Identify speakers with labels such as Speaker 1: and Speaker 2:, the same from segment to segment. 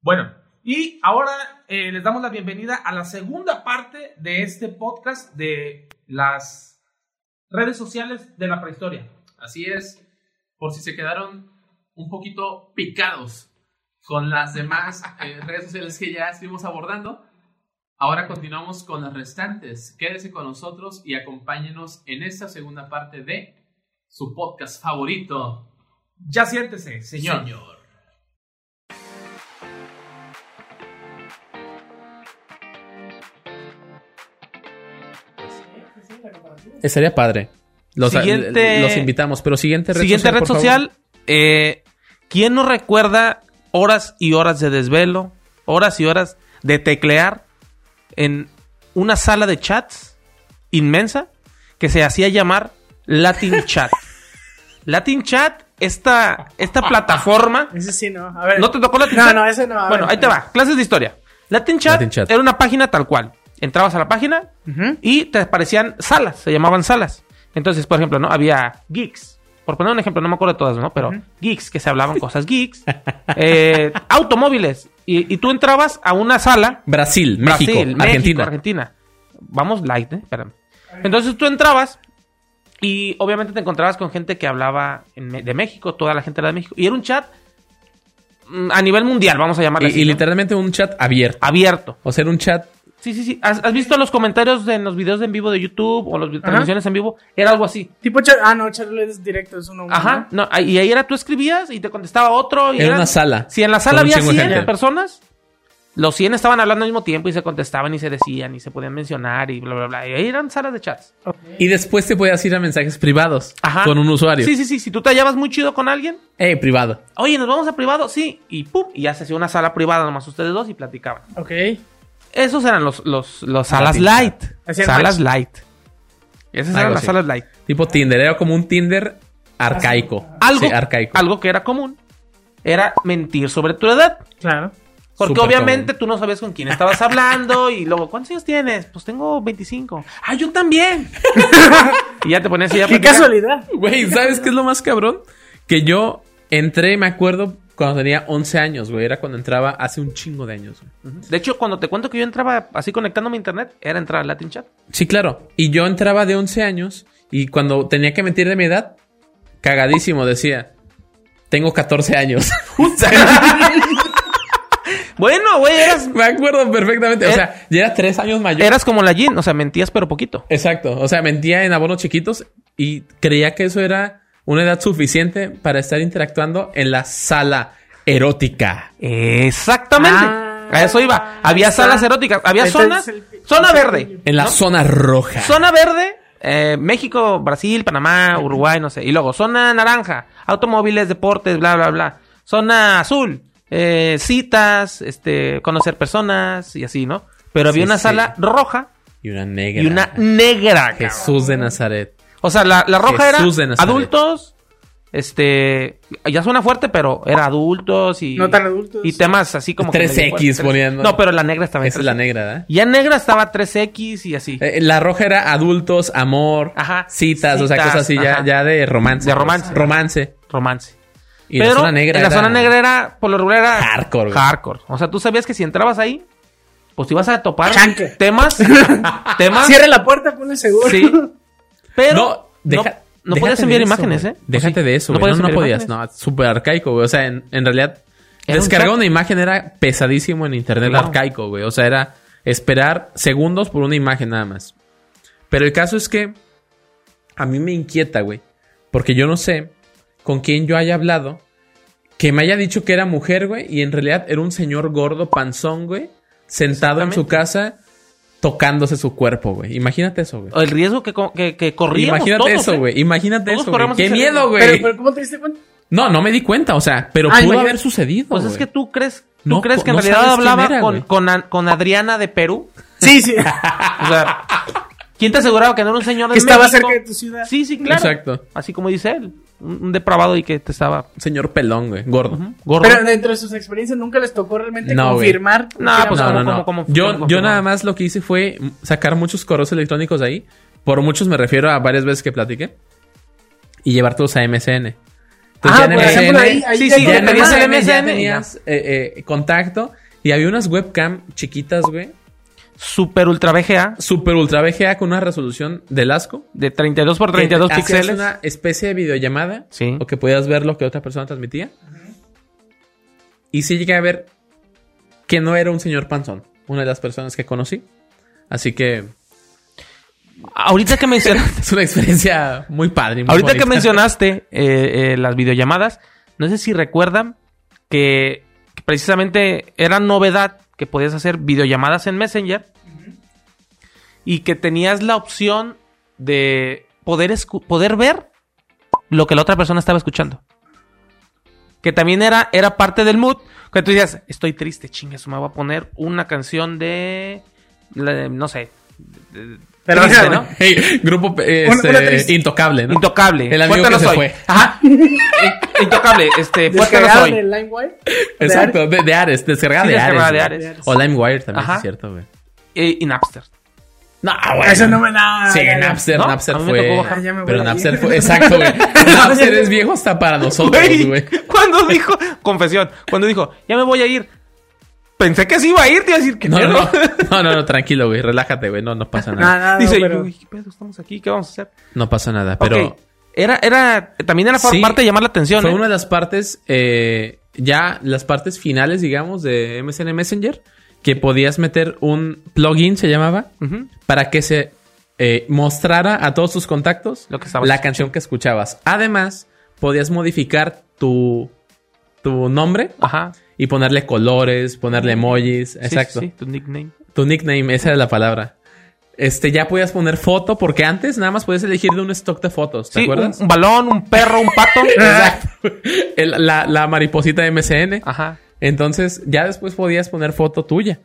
Speaker 1: Bueno, y ahora eh, les damos la bienvenida a la segunda parte de este podcast de las redes sociales de la prehistoria.
Speaker 2: Así es, por si se quedaron un poquito picados con las demás eh, redes sociales que ya estuvimos abordando, ahora continuamos con las restantes. Quédese con nosotros y acompáñenos en esta segunda parte de su podcast favorito,
Speaker 1: Ya siéntese, señor.
Speaker 2: señor.
Speaker 3: Estaría Eh, padre. Los, eh,
Speaker 4: Siguiente-
Speaker 3: los invitamos, pero siguiente red
Speaker 4: Siguiente
Speaker 3: social.
Speaker 4: red
Speaker 3: por
Speaker 4: social. eh, ¿Quién nos recuerda horas y horas de desvelo? Horas y horas de teclear en una sala de chats inmensa que se hacía llamar Latin Chat. Latin Chat, esta, esta plataforma.
Speaker 5: Ese sí, no. A ver.
Speaker 4: ¿No te tocó Latin
Speaker 5: No,
Speaker 4: Chat?
Speaker 5: no, ese no. a
Speaker 4: Bueno,
Speaker 5: ver.
Speaker 4: ahí te va. Clases de historia. Latin Chat,
Speaker 3: Latin Chat.
Speaker 4: era una página tal cual. Entrabas a la página
Speaker 5: Ujú.
Speaker 4: y te aparecían salas, se llamaban salas. Entonces, por ejemplo, ¿no? Había geeks. Por poner un ejemplo, no me acuerdo de todas, ¿no? Pero geeks, que se hablaban cosas geeks. Eh, automóviles. Y, y tú entrabas a una sala.
Speaker 3: Brasil, México,
Speaker 4: Brasil, México,
Speaker 3: Argentina.
Speaker 4: Argentina. Vamos light, ¿eh? Espérame. Entonces tú entrabas y obviamente te encontrabas con gente que hablaba en Me- de México, toda la gente era de México. Y era un chat mm, a nivel mundial, vamos a llamarlo
Speaker 3: Y,
Speaker 4: así,
Speaker 3: y
Speaker 4: ¿no?
Speaker 3: literalmente un chat abierto.
Speaker 4: Abierto.
Speaker 3: O sea, era un chat.
Speaker 4: Sí, sí, sí. ¿Has, has visto los comentarios de- en los videos de en vivo de YouTube o las vi- transmisiones en vivo? Era algo así.
Speaker 5: Tipo chat. Ah, no, Charlie es directo, es uno a uno,
Speaker 4: Ajá.
Speaker 5: ¿no?
Speaker 4: No, ahí- y ahí era tú escribías y te contestaba otro. Y
Speaker 3: Era
Speaker 4: eran-
Speaker 3: una sala.
Speaker 4: Si en la sala
Speaker 3: Con un
Speaker 4: había
Speaker 3: chingo de
Speaker 4: 100
Speaker 3: gente.
Speaker 4: personas, los 100 estaban hablando al mismo tiempo y se contestaban y se decían y se podían mencionar y bla, bla, bla. Y ahí eran salas de chats.
Speaker 3: Y después te podías ir a mensajes privados
Speaker 4: Ajá.
Speaker 3: con un usuario.
Speaker 4: Sí, sí, sí. Si tú te hallabas muy chido con alguien,
Speaker 3: Eh, privado.
Speaker 4: oye, nos vamos a privado. Sí. Y pum, y ya se hacía una sala privada nomás ustedes dos y platicaban.
Speaker 5: Ok.
Speaker 4: Esos eran los, los, los salas
Speaker 3: Latin chat.
Speaker 4: light.
Speaker 5: Hacían
Speaker 4: Salas light. Esas
Speaker 3: Algo
Speaker 4: eran las
Speaker 3: así.
Speaker 4: salas light.
Speaker 3: Tipo Tinder. Era como un Tinder arcaico.
Speaker 4: Algo,
Speaker 3: Sí, arcaico.
Speaker 4: algo que era común era mentir sobre tu edad.
Speaker 5: Claro.
Speaker 4: Porque
Speaker 3: Súper
Speaker 4: obviamente tú no sabías con quién estabas hablando y luego, ¿cuántos años tienes? Pues tengo 25. Ah, yo también. y ya te pones así a
Speaker 5: Qué
Speaker 4: platicar.
Speaker 5: casualidad.
Speaker 3: Güey, ¿sabes qué es lo más cabrón? Que yo entré, me acuerdo, cuando tenía 11 años, güey. Era cuando entraba hace un chingo de años. güey.
Speaker 4: De hecho, cuando te cuento que yo entraba así conectándome a internet, era entrar al Latin Chat.
Speaker 3: Sí, claro. Y yo entraba de 11 años y cuando tenía que mentir de mi edad, cagadísimo, decía, tengo 14 años.
Speaker 4: Bueno, güey, eras,
Speaker 3: me acuerdo perfectamente. O
Speaker 4: Eh,
Speaker 3: sea, ya era 3 años mayor.
Speaker 4: eras como la Jin, o sea, mentías pero poquito.
Speaker 3: Exacto. O sea, mentía en abonos chiquitos y creía que eso era una edad suficiente para estar interactuando en la sala erótica.
Speaker 4: Exactamente.
Speaker 5: Ah.
Speaker 4: a eso iba. Había
Speaker 5: Ahí está.
Speaker 4: salas eróticas, había
Speaker 5: Ahí está
Speaker 4: zonas,
Speaker 5: el- el-
Speaker 4: zona
Speaker 5: el-
Speaker 4: verde.
Speaker 3: En la zona roja.
Speaker 4: Zona verde, eh, México, Brasil, Panamá, Uruguay, no sé. Y luego, zona naranja, automóviles, deportes, bla, bla, bla. Zona azul, eh, citas, este, conocer personas y así, ¿no? Pero había
Speaker 3: Sí,
Speaker 4: una
Speaker 3: sí.
Speaker 4: sala roja
Speaker 3: Y una negra.
Speaker 4: y una negra. cabrón.
Speaker 3: Jesús de Nazaret.
Speaker 4: O sea, la, la roja
Speaker 3: Jesús de
Speaker 4: era
Speaker 3: Nazaret.
Speaker 4: adultos, este, ya suena fuerte, pero era adultos y...
Speaker 5: No tan adultos.
Speaker 4: Y temas así como... que medio
Speaker 3: 3X
Speaker 4: fuertes.
Speaker 3: ponían, ¿no?
Speaker 4: No, pero la negra estaba... en
Speaker 3: Esa es la
Speaker 4: 3X.
Speaker 3: negra, ¿verdad?
Speaker 4: Ya negra estaba 3X y así.
Speaker 3: Eh, La roja era adultos, amor,
Speaker 4: Ajá.
Speaker 3: citas, o sea,
Speaker 4: Citas,
Speaker 3: cosas así ya,
Speaker 4: ajá.
Speaker 3: ya de romance.
Speaker 4: De romance.
Speaker 3: Romance.
Speaker 4: romance.
Speaker 3: Y
Speaker 4: Pero
Speaker 3: la zona negra
Speaker 4: en la
Speaker 3: era-
Speaker 4: zona negra era, por lo regular, era
Speaker 3: Hardcore, güey.
Speaker 4: hardcore. O sea, tú sabías que si entrabas ahí, pues te ibas a topar
Speaker 5: Chanque.
Speaker 4: temas, temas,
Speaker 5: Cierra la puerta, ponle seguro.
Speaker 4: sí. Pero no,
Speaker 3: no, deja-
Speaker 4: no
Speaker 3: déjate
Speaker 4: podías
Speaker 3: de
Speaker 4: enviar
Speaker 3: eso,
Speaker 4: imágenes,
Speaker 3: güey.
Speaker 4: ¿eh?
Speaker 3: Déjate
Speaker 4: ¿O sí?
Speaker 3: de eso, güey. No, no,
Speaker 4: enviar
Speaker 3: podías,
Speaker 4: imágenes.
Speaker 3: no, súper arcaico, güey. O sea, en, en realidad,
Speaker 4: Era un
Speaker 3: descargar
Speaker 4: chat.
Speaker 3: una imagen era pesadísimo en internet
Speaker 4: Claro.
Speaker 3: arcaico, güey. O sea, era esperar segundos por una imagen nada más. Pero el caso es que a mí me inquieta, güey. Porque yo no sé con quién yo haya hablado que me haya dicho que era mujer, güey, y en realidad era un señor gordo, panzón, güey, sentado en su casa tocándose su cuerpo, güey. Imagínate eso, güey.
Speaker 4: El riesgo que, co- que, que corríamos
Speaker 3: Imagínate
Speaker 4: todos,
Speaker 3: eso,
Speaker 4: ¿eh?
Speaker 3: güey. Imagínate
Speaker 4: Todos
Speaker 3: eso, güey.
Speaker 4: corremos
Speaker 3: Qué
Speaker 4: ese
Speaker 3: miedo,
Speaker 4: riesgo.
Speaker 3: güey.
Speaker 5: Pero, pero ¿cómo te diste cuenta?
Speaker 3: No, no me di cuenta, o sea, pero
Speaker 5: Ah,
Speaker 3: pudo
Speaker 5: imagínate.
Speaker 3: haber sucedido.
Speaker 4: Pues es
Speaker 3: güey.
Speaker 4: que tú crees, tú
Speaker 3: No,
Speaker 4: crees que en
Speaker 3: no
Speaker 4: realidad
Speaker 3: sabes quién
Speaker 4: hablaba
Speaker 3: era,
Speaker 4: con,
Speaker 3: güey.
Speaker 4: con, An- con Adriana de Perú.
Speaker 5: Sí, sí.
Speaker 4: O sea, ¿quién te aseguraba que no era un señor de
Speaker 5: que estaba
Speaker 4: México?
Speaker 5: cerca de tu ciudad.
Speaker 4: Sí, sí, claro.
Speaker 3: Exacto.
Speaker 4: Así como dice él, un un depravado y que te estaba
Speaker 3: Señor pelón, güey, gordo.
Speaker 4: Ujú, gordo.
Speaker 5: Pero dentro de sus experiencias nunca les tocó realmente
Speaker 3: No, güey.
Speaker 5: confirmar.
Speaker 4: No,
Speaker 5: que era
Speaker 4: pues,
Speaker 5: mujer.
Speaker 3: no,
Speaker 4: ¿cómo,
Speaker 3: no, no.
Speaker 4: cómo, cómo,
Speaker 3: yo
Speaker 4: cómo,
Speaker 3: yo
Speaker 4: cómo?
Speaker 3: nada más lo que hice fue sacar muchos correos electrónicos de ahí. Por muchos me refiero a varias veces que platiqué. Y llevar todos a MSN.
Speaker 4: Pues
Speaker 3: Entonces,
Speaker 5: Ah,
Speaker 3: ya en
Speaker 5: por ejemplo,
Speaker 3: MSN,
Speaker 5: ahí- ahí
Speaker 4: sí,
Speaker 5: ya
Speaker 4: sí,
Speaker 5: hay
Speaker 3: ya
Speaker 4: en
Speaker 3: en
Speaker 5: como
Speaker 4: tenías
Speaker 5: tema.
Speaker 4: el
Speaker 3: MSN ya
Speaker 4: MSN.
Speaker 3: tenías eh, eh, contacto y había unas webcam chiquitas, güey.
Speaker 4: Super Ultra VGA
Speaker 3: Super ultra VGA con una resolución del asco.
Speaker 4: de 32 por 32
Speaker 3: que te hacías
Speaker 4: píxeles.
Speaker 3: una especie de videollamada.
Speaker 4: Sí.
Speaker 3: O que podías ver lo que otra persona transmitía. Y sí llegué a ver que no era un señor panzón. Una de las personas que conocí. Así que
Speaker 4: Ahorita que mencionaste,
Speaker 3: es una experiencia muy padre. y muy
Speaker 4: ahorita que
Speaker 3: bonita.
Speaker 4: mencionaste eh, eh, las videollamadas, no sé si recuerdan que, que precisamente era novedad que podías hacer videollamadas en Messenger y que tenías la opción de poder, escu- poder ver lo que la otra persona estaba escuchando. Que también era, era parte del mood. Que tú decías, estoy triste, chingas, me voy a poner una canción de. la- no sé. de- de-
Speaker 5: Pero
Speaker 4: triste,
Speaker 5: mira,
Speaker 4: ¿no?
Speaker 3: Hey, grupo eh,
Speaker 5: Una- una
Speaker 3: este,
Speaker 5: triste-
Speaker 3: intocable, ¿no?
Speaker 4: Intocable.
Speaker 3: El amigo
Speaker 4: Fuerte
Speaker 3: que
Speaker 4: no
Speaker 3: se
Speaker 4: soy.
Speaker 3: fue.
Speaker 4: Ajá. In- Intocable. Este, fuerte no
Speaker 5: Descargaron
Speaker 4: soy.
Speaker 5: el LimeWire.
Speaker 3: Exacto, de, de Ares, descargada
Speaker 4: Sí,
Speaker 3: de,
Speaker 4: descargada
Speaker 3: Ares,
Speaker 4: de
Speaker 3: güey.
Speaker 5: Ares.
Speaker 3: O LimeWire también,
Speaker 4: Ajá.
Speaker 3: es cierto, güey.
Speaker 4: Eh, y Napster.
Speaker 3: No, güey.
Speaker 5: Eso no me da.
Speaker 3: Sí,
Speaker 5: ya, ya.
Speaker 3: Napster,
Speaker 4: ¿No?
Speaker 3: Napster
Speaker 4: A mí me
Speaker 3: fue.
Speaker 4: tocó bajar.
Speaker 5: Ah, ya me voy
Speaker 3: pero
Speaker 5: a
Speaker 3: Napster
Speaker 5: ir.
Speaker 3: fue. Exacto, güey. Napster es viejo hasta para nosotros, güey.
Speaker 4: Cuando dijo, confesión, cuando dijo, ya me voy a ir. Pensé que sí iba a ir, te iba a decir que
Speaker 3: No,
Speaker 4: no.
Speaker 3: no, no, no, no, tranquilo, güey. Relájate, güey. No, no pasa
Speaker 5: Nada,
Speaker 3: nada.
Speaker 5: nada,
Speaker 4: Dice,
Speaker 5: pero-
Speaker 4: "Uy, ¿qué pedo? Estamos aquí, ¿qué vamos a hacer?
Speaker 3: No pasa nada. Pero
Speaker 4: Ok. Era, era, también era
Speaker 3: Sí.
Speaker 4: parte de llamar la atención.
Speaker 3: fue
Speaker 4: ¿eh?
Speaker 3: una de las partes, eh, ya las partes finales, digamos, de MSN Messenger, que podías meter un plugin, se llamaba,
Speaker 4: Ujú.
Speaker 3: para que se eh, mostrara a todos tus contactos
Speaker 4: Lo que estabas
Speaker 3: la
Speaker 4: escuchando.
Speaker 3: canción que escuchabas. Además, podías modificar tu, tu nombre
Speaker 4: Ajá.
Speaker 3: y ponerle colores, ponerle emojis.
Speaker 4: Sí,
Speaker 3: Exacto.
Speaker 4: sí, sí, tu nickname.
Speaker 3: Tu nickname, esa era la palabra. Este, ya podías poner foto, porque antes nada más podías elegir de un stock de fotos, ¿te
Speaker 4: Sí, un,
Speaker 3: acuerdas?
Speaker 4: un balón, un perro, un pato.
Speaker 3: Exacto. El- la, la mariposita de MSN.
Speaker 4: Ajá.
Speaker 3: Entonces, ya después podías poner foto tuya.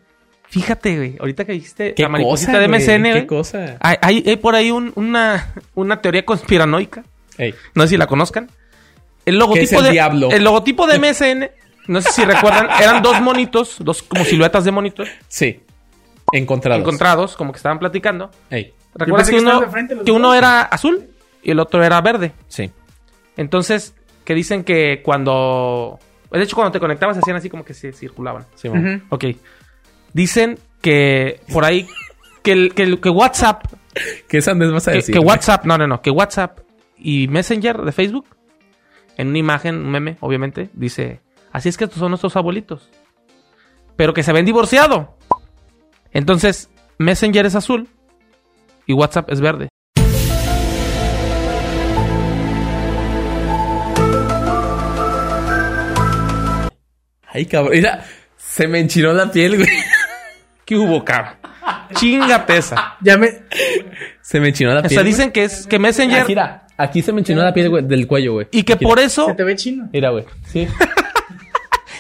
Speaker 4: Fíjate, güey, ahorita que dijiste la mariposita
Speaker 3: cosa,
Speaker 4: de
Speaker 3: güey,
Speaker 4: MSN,
Speaker 3: Qué
Speaker 4: güey.
Speaker 3: cosa.
Speaker 4: Hay, hay- hay por ahí un- una, una teoría conspiranoica.
Speaker 3: Ey.
Speaker 4: No sé si la conozcan. El
Speaker 3: ¿Qué es
Speaker 4: logotipo
Speaker 3: el
Speaker 4: de
Speaker 3: diablo?
Speaker 4: el logotipo de MSN, no sé si recuerdan, eran dos monitos, dos como siluetas de monitos
Speaker 3: Sí. Encontrados.
Speaker 4: encontrados, como que estaban platicando.
Speaker 3: Ey.
Speaker 4: ¿Recuerdas
Speaker 5: pensé
Speaker 4: que,
Speaker 5: que
Speaker 4: uno,
Speaker 5: estaban de frente los
Speaker 4: que uno
Speaker 5: dos.
Speaker 4: era azul y el otro era verde?
Speaker 3: Sí.
Speaker 4: Entonces, que dicen que cuando de hecho cuando te conectabas hacían así como que se circulaban.
Speaker 3: Simón.
Speaker 5: Ujú.
Speaker 4: Ok. Dicen que por ahí que el- que el- que WhatsApp
Speaker 3: ¿Qué Sandés vas a
Speaker 4: que,
Speaker 3: decir?
Speaker 4: que
Speaker 3: güey?
Speaker 4: WhatsApp, no, no, no, que WhatsApp y Messenger de Facebook, en una imagen, un meme, obviamente, dice, así es que estos son nuestros abuelitos, pero que se ven divorciado. Entonces, Messenger es azul y WhatsApp es verde.
Speaker 3: Ay, cabrón. Mira, se me enchinó la piel, güey.
Speaker 4: ¿Qué hubo, cabrón? Chinga
Speaker 3: Ah,
Speaker 4: pesa.
Speaker 5: Ya me.
Speaker 3: Se me enchinó la
Speaker 4: O
Speaker 3: piel.
Speaker 4: sea,
Speaker 3: güey.
Speaker 4: dicen que es que
Speaker 3: Ah,
Speaker 4: Messenger
Speaker 3: mira, aquí se me enchinó la piel, güey, del cuello, güey.
Speaker 4: y que
Speaker 3: Mira,
Speaker 4: por eso
Speaker 5: Se te ve chino.
Speaker 3: Mira, güey. Sí.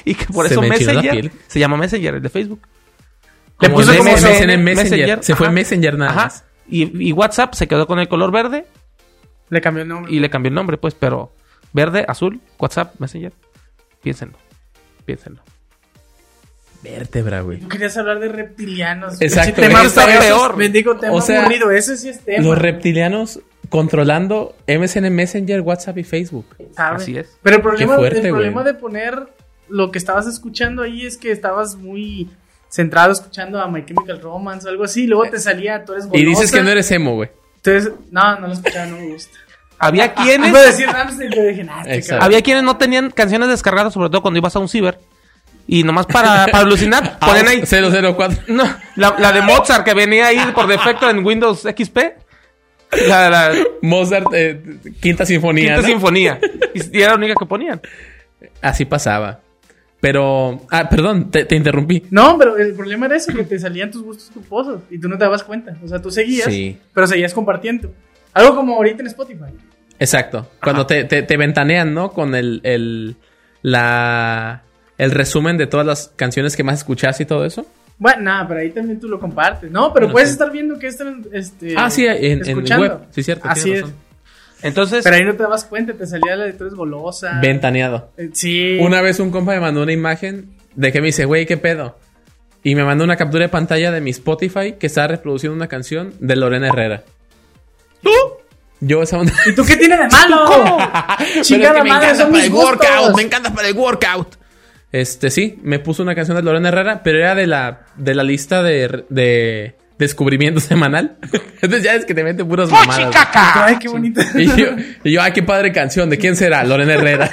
Speaker 4: y que por
Speaker 3: Se
Speaker 4: eso
Speaker 3: me enchinó la
Speaker 4: Messenger
Speaker 3: piel.
Speaker 4: se llama Messenger el de Facebook.
Speaker 5: Le
Speaker 3: Como
Speaker 5: puso
Speaker 3: el
Speaker 5: como
Speaker 3: MSN,
Speaker 5: se-
Speaker 3: Messenger. Se fue
Speaker 4: ajá.
Speaker 3: Messenger nada
Speaker 4: Ajá.
Speaker 3: más.
Speaker 4: Y, y WhatsApp se quedó con el color verde
Speaker 5: Le cambió el nombre.
Speaker 4: y le cambió el nombre, pues, pero verde, azul, WhatsApp, Messenger. Piénsenlo. Piénsenlo.
Speaker 3: Vértebra, güey.
Speaker 5: Tú querías hablar de reptilianos.
Speaker 3: Exacto,
Speaker 5: Ese tema
Speaker 4: güey, está
Speaker 5: está
Speaker 4: peor.
Speaker 5: peor. Bendigo tema
Speaker 3: O sea,
Speaker 5: aburrido. Ese sí es tema.
Speaker 3: Los reptilianos controlando MSN Messenger, WhatsApp y Facebook.
Speaker 5: ¿sabes?
Speaker 4: Así es.
Speaker 5: Pero el problema,
Speaker 3: Qué fuerte,
Speaker 5: el problema
Speaker 3: güey.
Speaker 5: de poner lo que estabas escuchando ahí es que estabas muy centrado escuchando a My Chemical Romance o algo así. y Luego te salía, tú eres
Speaker 3: Y dices
Speaker 5: golosa.
Speaker 3: que no eres emo, güey.
Speaker 5: Entonces, no, no lo escuchaba, no me gusta.
Speaker 3: Ah,
Speaker 4: Había
Speaker 5: No
Speaker 4: quienes,
Speaker 5: iba a decir Ramstein, pero dije, nah, este
Speaker 3: Exacto.
Speaker 5: cabrón.
Speaker 4: había quienes no tenían canciones descargadas, sobre todo cuando ibas a un ciber. Y nomás para, para
Speaker 3: Ah,
Speaker 4: alucinar, ponen ahí.
Speaker 3: 004.
Speaker 4: No, la, la de Mozart que venía ahí por defecto en Windows XP. La, la
Speaker 3: Mozart, eh, quinta sinfonía.
Speaker 4: quinta
Speaker 3: ¿no?
Speaker 4: sinfonía. Y, y era la única que ponían.
Speaker 3: Así pasaba. Pero. Ah, perdón, te, te interrumpí.
Speaker 5: No, pero el problema era eso, que te salían tus gustos culposos y tú no te dabas cuenta. O sea, tú seguías,
Speaker 3: Sí.
Speaker 5: pero seguías compartiendo. Algo como ahorita en Spotify.
Speaker 3: Exacto. Cuando te, te- te ventanean, ¿no? Con el, el. La. El resumen de todas las canciones que más escuchaste y todo eso.
Speaker 5: Bueno, nada, pero ahí también tú lo compartes, ¿no? Pero
Speaker 3: No
Speaker 5: puedes
Speaker 3: sé.
Speaker 5: estar viendo que están este,
Speaker 3: ah, sí, en, en
Speaker 5: escuchando.
Speaker 3: web. Sí, cierto.
Speaker 5: Así
Speaker 3: tienes
Speaker 5: es.
Speaker 3: razón.
Speaker 4: Entonces,
Speaker 5: Pero ahí no te dabas cuenta, te salía la de tú eres golosa.
Speaker 3: Ventaneado.
Speaker 5: Eh, Sí.
Speaker 3: Una vez un compa me mandó una imagen de que me dice, güey, ¿qué pedo? Y me mandó una captura de pantalla de mi Spotify que estaba reproduciendo una canción de Lorena Herrera. Yo esa onda.
Speaker 5: ¿Y tú qué tienes de malo? Chingada
Speaker 3: Pero es que
Speaker 5: madre, son
Speaker 3: para
Speaker 5: mis
Speaker 3: el
Speaker 5: gustos.
Speaker 3: workout, me encanta para el workout. Este, sí, me puso una canción de Lorena Herrera, pero era de la, de la lista de, de descubrimiento semanal. Entonces ya es que te meten puras mamadas.
Speaker 5: Ay, qué bonito.
Speaker 3: güey. Y yo, y yo, ah, qué padre canción, ¿de quién será? Lorena Herrera.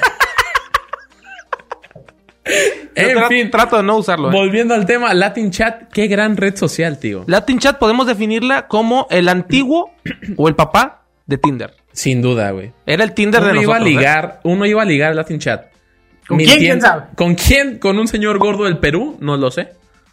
Speaker 3: en
Speaker 4: Yo tra-
Speaker 3: fin,
Speaker 4: trato de no usarlo. ¿eh?
Speaker 3: volviendo al tema, Latin Chat, qué gran red social, tío.
Speaker 4: Latin Chat podemos definirla como el antiguo o el papá de Tinder.
Speaker 3: Sin duda, güey.
Speaker 4: Era el Tinder
Speaker 3: Uno
Speaker 4: de
Speaker 3: iba a
Speaker 4: nosotros. ¿eh?
Speaker 3: ligar, uno iba a ligar Latin Chat.
Speaker 5: ¿Con quién? ¿Quién
Speaker 3: Mintiendo-
Speaker 5: sabe?
Speaker 3: ¿Con quién? ¿Con un señor gordo del Perú? No lo sé.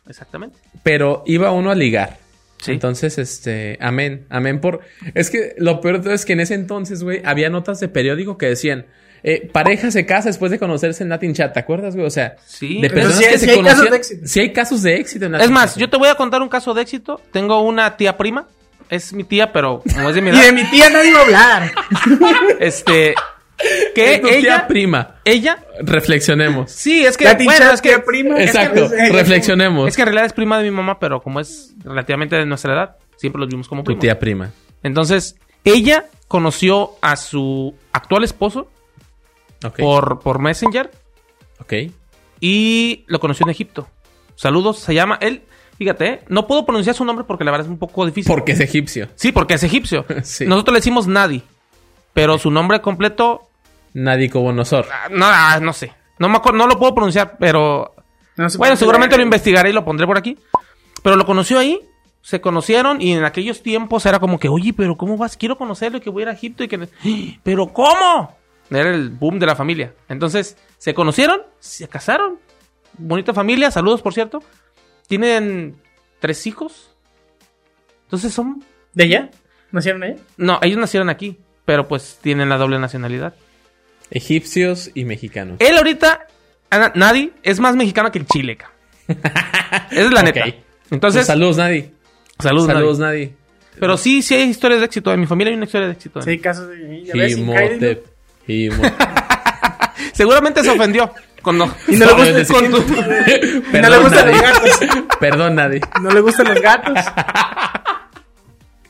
Speaker 4: Exactamente.
Speaker 3: pero iba uno a ligar.
Speaker 4: Sí.
Speaker 3: Entonces, este, amén, amén por... Es que lo peor de todo es que en ese entonces, güey, había notas de periódico que decían, eh, pareja se casa después de conocerse en Latin Chat, ¿te acuerdas, güey? O sea,
Speaker 4: Sí.
Speaker 3: de
Speaker 4: Pero
Speaker 3: personas
Speaker 5: sí hay-
Speaker 3: que
Speaker 5: sí
Speaker 3: se
Speaker 5: hay casos de
Speaker 3: conocían-
Speaker 5: éxito.
Speaker 3: sí hay casos de éxito en Latin
Speaker 4: Es más,
Speaker 3: Chat,
Speaker 4: yo
Speaker 3: güey.
Speaker 4: te voy a contar un caso de éxito. Tengo una tía prima. Es mi tía, pero como es de mi
Speaker 5: Y de
Speaker 4: edad.
Speaker 5: mi tía nadie va a hablar.
Speaker 4: este. Que
Speaker 3: Es tu
Speaker 4: ella.
Speaker 3: tía prima,
Speaker 4: ella.
Speaker 3: reflexionemos.
Speaker 4: Sí, es que.
Speaker 5: Latin
Speaker 4: bueno,
Speaker 5: chat,
Speaker 4: es que.
Speaker 5: tía prima.
Speaker 4: es que-
Speaker 3: Exacto,
Speaker 5: es que-
Speaker 3: reflexionemos.
Speaker 4: Es que en realidad es prima de mi mamá, pero como es relativamente de nuestra edad, siempre los vimos como
Speaker 3: Tu
Speaker 4: primos.
Speaker 3: tía prima.
Speaker 4: Entonces, ella conoció a su actual esposo
Speaker 3: Ok,
Speaker 4: por, por Messenger
Speaker 3: ok.
Speaker 4: y lo conoció en Egipto. Saludos, se llama él. Fíjate, eh, no puedo pronunciar su nombre porque la verdad es un poco difícil.
Speaker 3: Porque es egipcio.
Speaker 4: Sí, porque es egipcio.
Speaker 3: Sí.
Speaker 4: Nosotros le decimos Nadi, pero su nombre completo,
Speaker 3: Nadicobonosor.
Speaker 4: ah, no, ah, no sé. No, me acuerdo, no lo puedo pronunciar, pero
Speaker 5: No se
Speaker 4: bueno,
Speaker 5: puede
Speaker 4: seguramente lo
Speaker 5: creer.
Speaker 4: investigaré y lo pondré por aquí. Pero lo conoció ahí, se conocieron y en aquellos tiempos era como que, oye, pero ¿cómo vas? Quiero conocerlo y que voy a ir a Egipto y que... ¡Ah! ¿Pero cómo? Era el boom de la familia. Entonces, se conocieron, se casaron. Bonita familia, saludos por cierto. Tienen tres hijos. Entonces son...
Speaker 5: ¿De ella? ¿Nacieron ella?
Speaker 4: No, ellos nacieron aquí, pero pues tienen la doble nacionalidad.
Speaker 3: Egipcios y mexicanos.
Speaker 4: Él ahorita, Ana- nadie, es más mexicano que el chile. ca. Esa es la
Speaker 3: Ok.
Speaker 4: neta.
Speaker 3: Entonces,
Speaker 4: Entonces,
Speaker 3: Pues saludos, Nadie.
Speaker 4: Saludos,
Speaker 3: Saludos,
Speaker 4: Navi.
Speaker 3: Nadie.
Speaker 4: Pero sí, sí hay historias de éxito. En mi familia hay una historia de éxito.
Speaker 3: Ah.
Speaker 5: Sí, casos de. ya ves,
Speaker 3: Jimotep. Jimotep.
Speaker 4: Seguramente se ofendió. Cuando,
Speaker 5: Y no le gusta
Speaker 4: con
Speaker 5: el
Speaker 4: tu-
Speaker 5: Y no le
Speaker 3: Perdón,
Speaker 5: gustan los
Speaker 3: nadie.
Speaker 5: gatos.
Speaker 3: Perdón, nadie.
Speaker 5: No le gustan los gatos.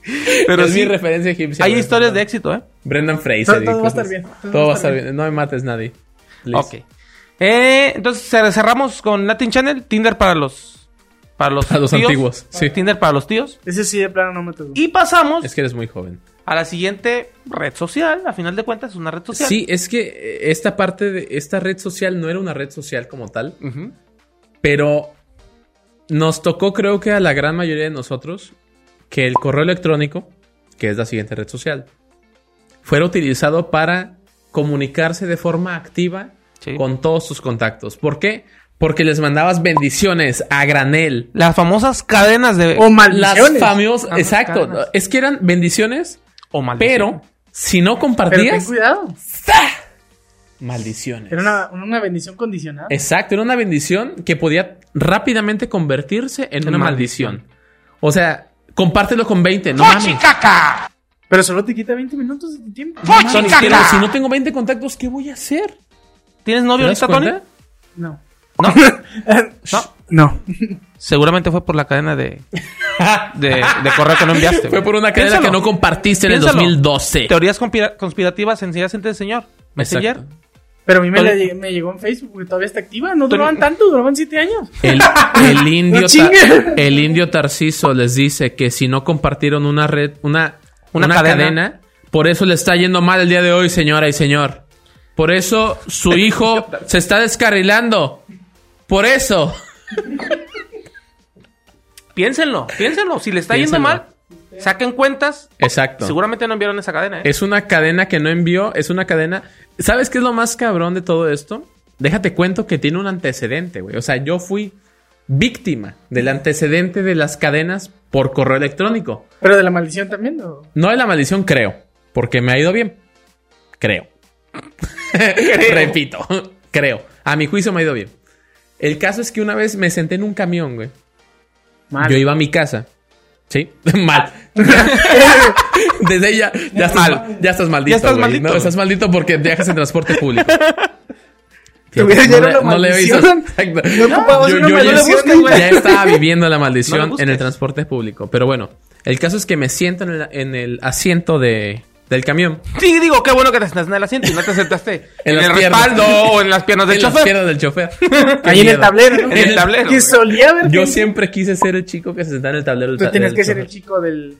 Speaker 4: Pero
Speaker 3: es
Speaker 4: sí,
Speaker 3: mi referencia egipcia.
Speaker 4: hay
Speaker 3: güey.
Speaker 4: historias de éxito, ¿eh?
Speaker 3: Brendan
Speaker 5: Todo-
Speaker 3: Fraser. y
Speaker 5: todo va a estar
Speaker 3: cosas.
Speaker 5: bien,
Speaker 3: Todo, va a estar bien. No me mates, nadie. Please.
Speaker 4: Ok. Eh, entonces cer- cerramos con Latin Channel, Tinder para los... Para los,
Speaker 3: Para los
Speaker 4: tíos,
Speaker 3: antiguos, sí.
Speaker 4: Tinder para los tíos.
Speaker 5: Ese sí, de plano no me tocó.
Speaker 4: Y pasamos
Speaker 3: Es que eres muy joven.
Speaker 4: a la siguiente red social. A final de cuentas es una red social.
Speaker 3: Sí, es que eh, esta parte de esta red social no era una red social como tal,
Speaker 4: Ujú.
Speaker 3: pero nos tocó, creo que a la gran mayoría de nosotros, que el correo electrónico, que es la siguiente red social, fuera utilizado para comunicarse de forma activa
Speaker 4: Sí.
Speaker 3: con todos tus contactos. ¿Por qué? Porque les mandabas bendiciones a granel.
Speaker 4: Las famosas cadenas de...
Speaker 5: O
Speaker 3: Las
Speaker 5: maldiciones.
Speaker 3: famosas,
Speaker 4: Ah,
Speaker 3: exacto.
Speaker 4: cadenas.
Speaker 3: Es que eran bendiciones,
Speaker 4: o maldiciones.
Speaker 3: pero si no
Speaker 5: Pero ten
Speaker 3: compartías,
Speaker 5: cuidado.
Speaker 3: maldiciones.
Speaker 5: Era una, una bendición condicionada.
Speaker 3: Exacto, era una bendición que podía rápidamente convertirse en
Speaker 4: En
Speaker 3: una
Speaker 4: maldición.
Speaker 3: maldición. O sea, compártelo con 20, no mames.
Speaker 5: Pero solo te quita 20 minutos de tu tiempo.
Speaker 3: No mames, pero si no tengo 20 contactos, ¿qué voy a hacer?
Speaker 4: ¿Tienes
Speaker 3: ¿Te
Speaker 4: novio
Speaker 3: das
Speaker 4: ahorita, Tony?
Speaker 3: cuenta?
Speaker 5: No.
Speaker 4: No.
Speaker 5: No. No.
Speaker 4: Seguramente fue por la cadena de, de, de correo que no enviaste. güey.
Speaker 3: Fue por una cadena
Speaker 4: Piénsalo.
Speaker 3: que no compartiste en el
Speaker 4: Piénsalo.
Speaker 3: 2012.
Speaker 4: Teorías conspira- conspirativas enseñadas entre el señor. Messenger.
Speaker 3: Exacto.
Speaker 5: Pero a mí me,
Speaker 4: Tony-
Speaker 5: la llegué- me llegó en Facebook, porque todavía está activa. No
Speaker 4: Tony-
Speaker 5: duraban tanto, duraban 7 años.
Speaker 3: El, el indio
Speaker 5: No chingue.
Speaker 3: Tar- el indio Tarciso les dice que si no compartieron una red, una,
Speaker 4: Una
Speaker 3: una,
Speaker 4: cadena.
Speaker 3: cadena. por eso le está yendo mal el día de hoy, señora y señor. Por eso su hijo se está descarrilando. Por eso.
Speaker 4: Piénsenlo, piénsenlo. Si le está
Speaker 3: Piénsenlo.
Speaker 4: yendo mal, saquen cuentas.
Speaker 3: Exacto.
Speaker 4: Seguramente no enviaron esa cadena, ¿eh?
Speaker 3: Es una cadena que no envió, es una cadena. ¿Sabes qué es lo más cabrón de todo esto? Déjate cuento que tiene un antecedente, güey. O sea, yo fui víctima del antecedente de las cadenas por correo electrónico.
Speaker 5: Pero de la maldición también, ¿no?
Speaker 3: No de la maldición, creo. Porque me ha ido bien. Creo. Repito, creo. A mi juicio me ha ido bien. El caso es que una vez me senté en un camión, güey.
Speaker 5: Mal.
Speaker 3: Yo iba a mi casa. ¿Sí? Mal. Desde ahí ya, ya estás, mal, ya estás maldito.
Speaker 4: Ya estás
Speaker 3: güey.
Speaker 4: maldito,
Speaker 3: No,
Speaker 4: güey.
Speaker 3: estás maldito porque viajas en transporte público.
Speaker 5: Te hubiera
Speaker 3: no,
Speaker 5: llegado
Speaker 3: le,
Speaker 5: la
Speaker 3: no le
Speaker 5: maldición.
Speaker 3: avisas. Exacto.
Speaker 5: No ocupabas
Speaker 3: yo,
Speaker 5: una
Speaker 3: yo ya,
Speaker 5: maldición,
Speaker 3: ya
Speaker 5: güey.
Speaker 3: estaba viviendo la
Speaker 4: No
Speaker 3: maldición
Speaker 4: le busques.
Speaker 3: en el transporte público. Pero bueno, el caso es que me siento en el, en el asiento de del camión.
Speaker 4: Sí, digo, qué bueno que te sentaste en el asiento y no te sentaste en,
Speaker 3: las
Speaker 4: el
Speaker 3: piernas.
Speaker 4: respaldo o en las piernas del
Speaker 3: En las
Speaker 4: chofer.
Speaker 3: piernas del chofer.
Speaker 5: Ah, Ahí en el tablero. ¿no?
Speaker 4: En el tablero,
Speaker 5: Que
Speaker 4: güey.
Speaker 5: solía ver.
Speaker 3: Yo
Speaker 5: gente.
Speaker 3: siempre quise ser el chico que se sentaba en el tablero del
Speaker 5: Tú
Speaker 3: ta-
Speaker 5: tenías
Speaker 3: del
Speaker 5: que ser el
Speaker 3: chofer.
Speaker 5: chico del.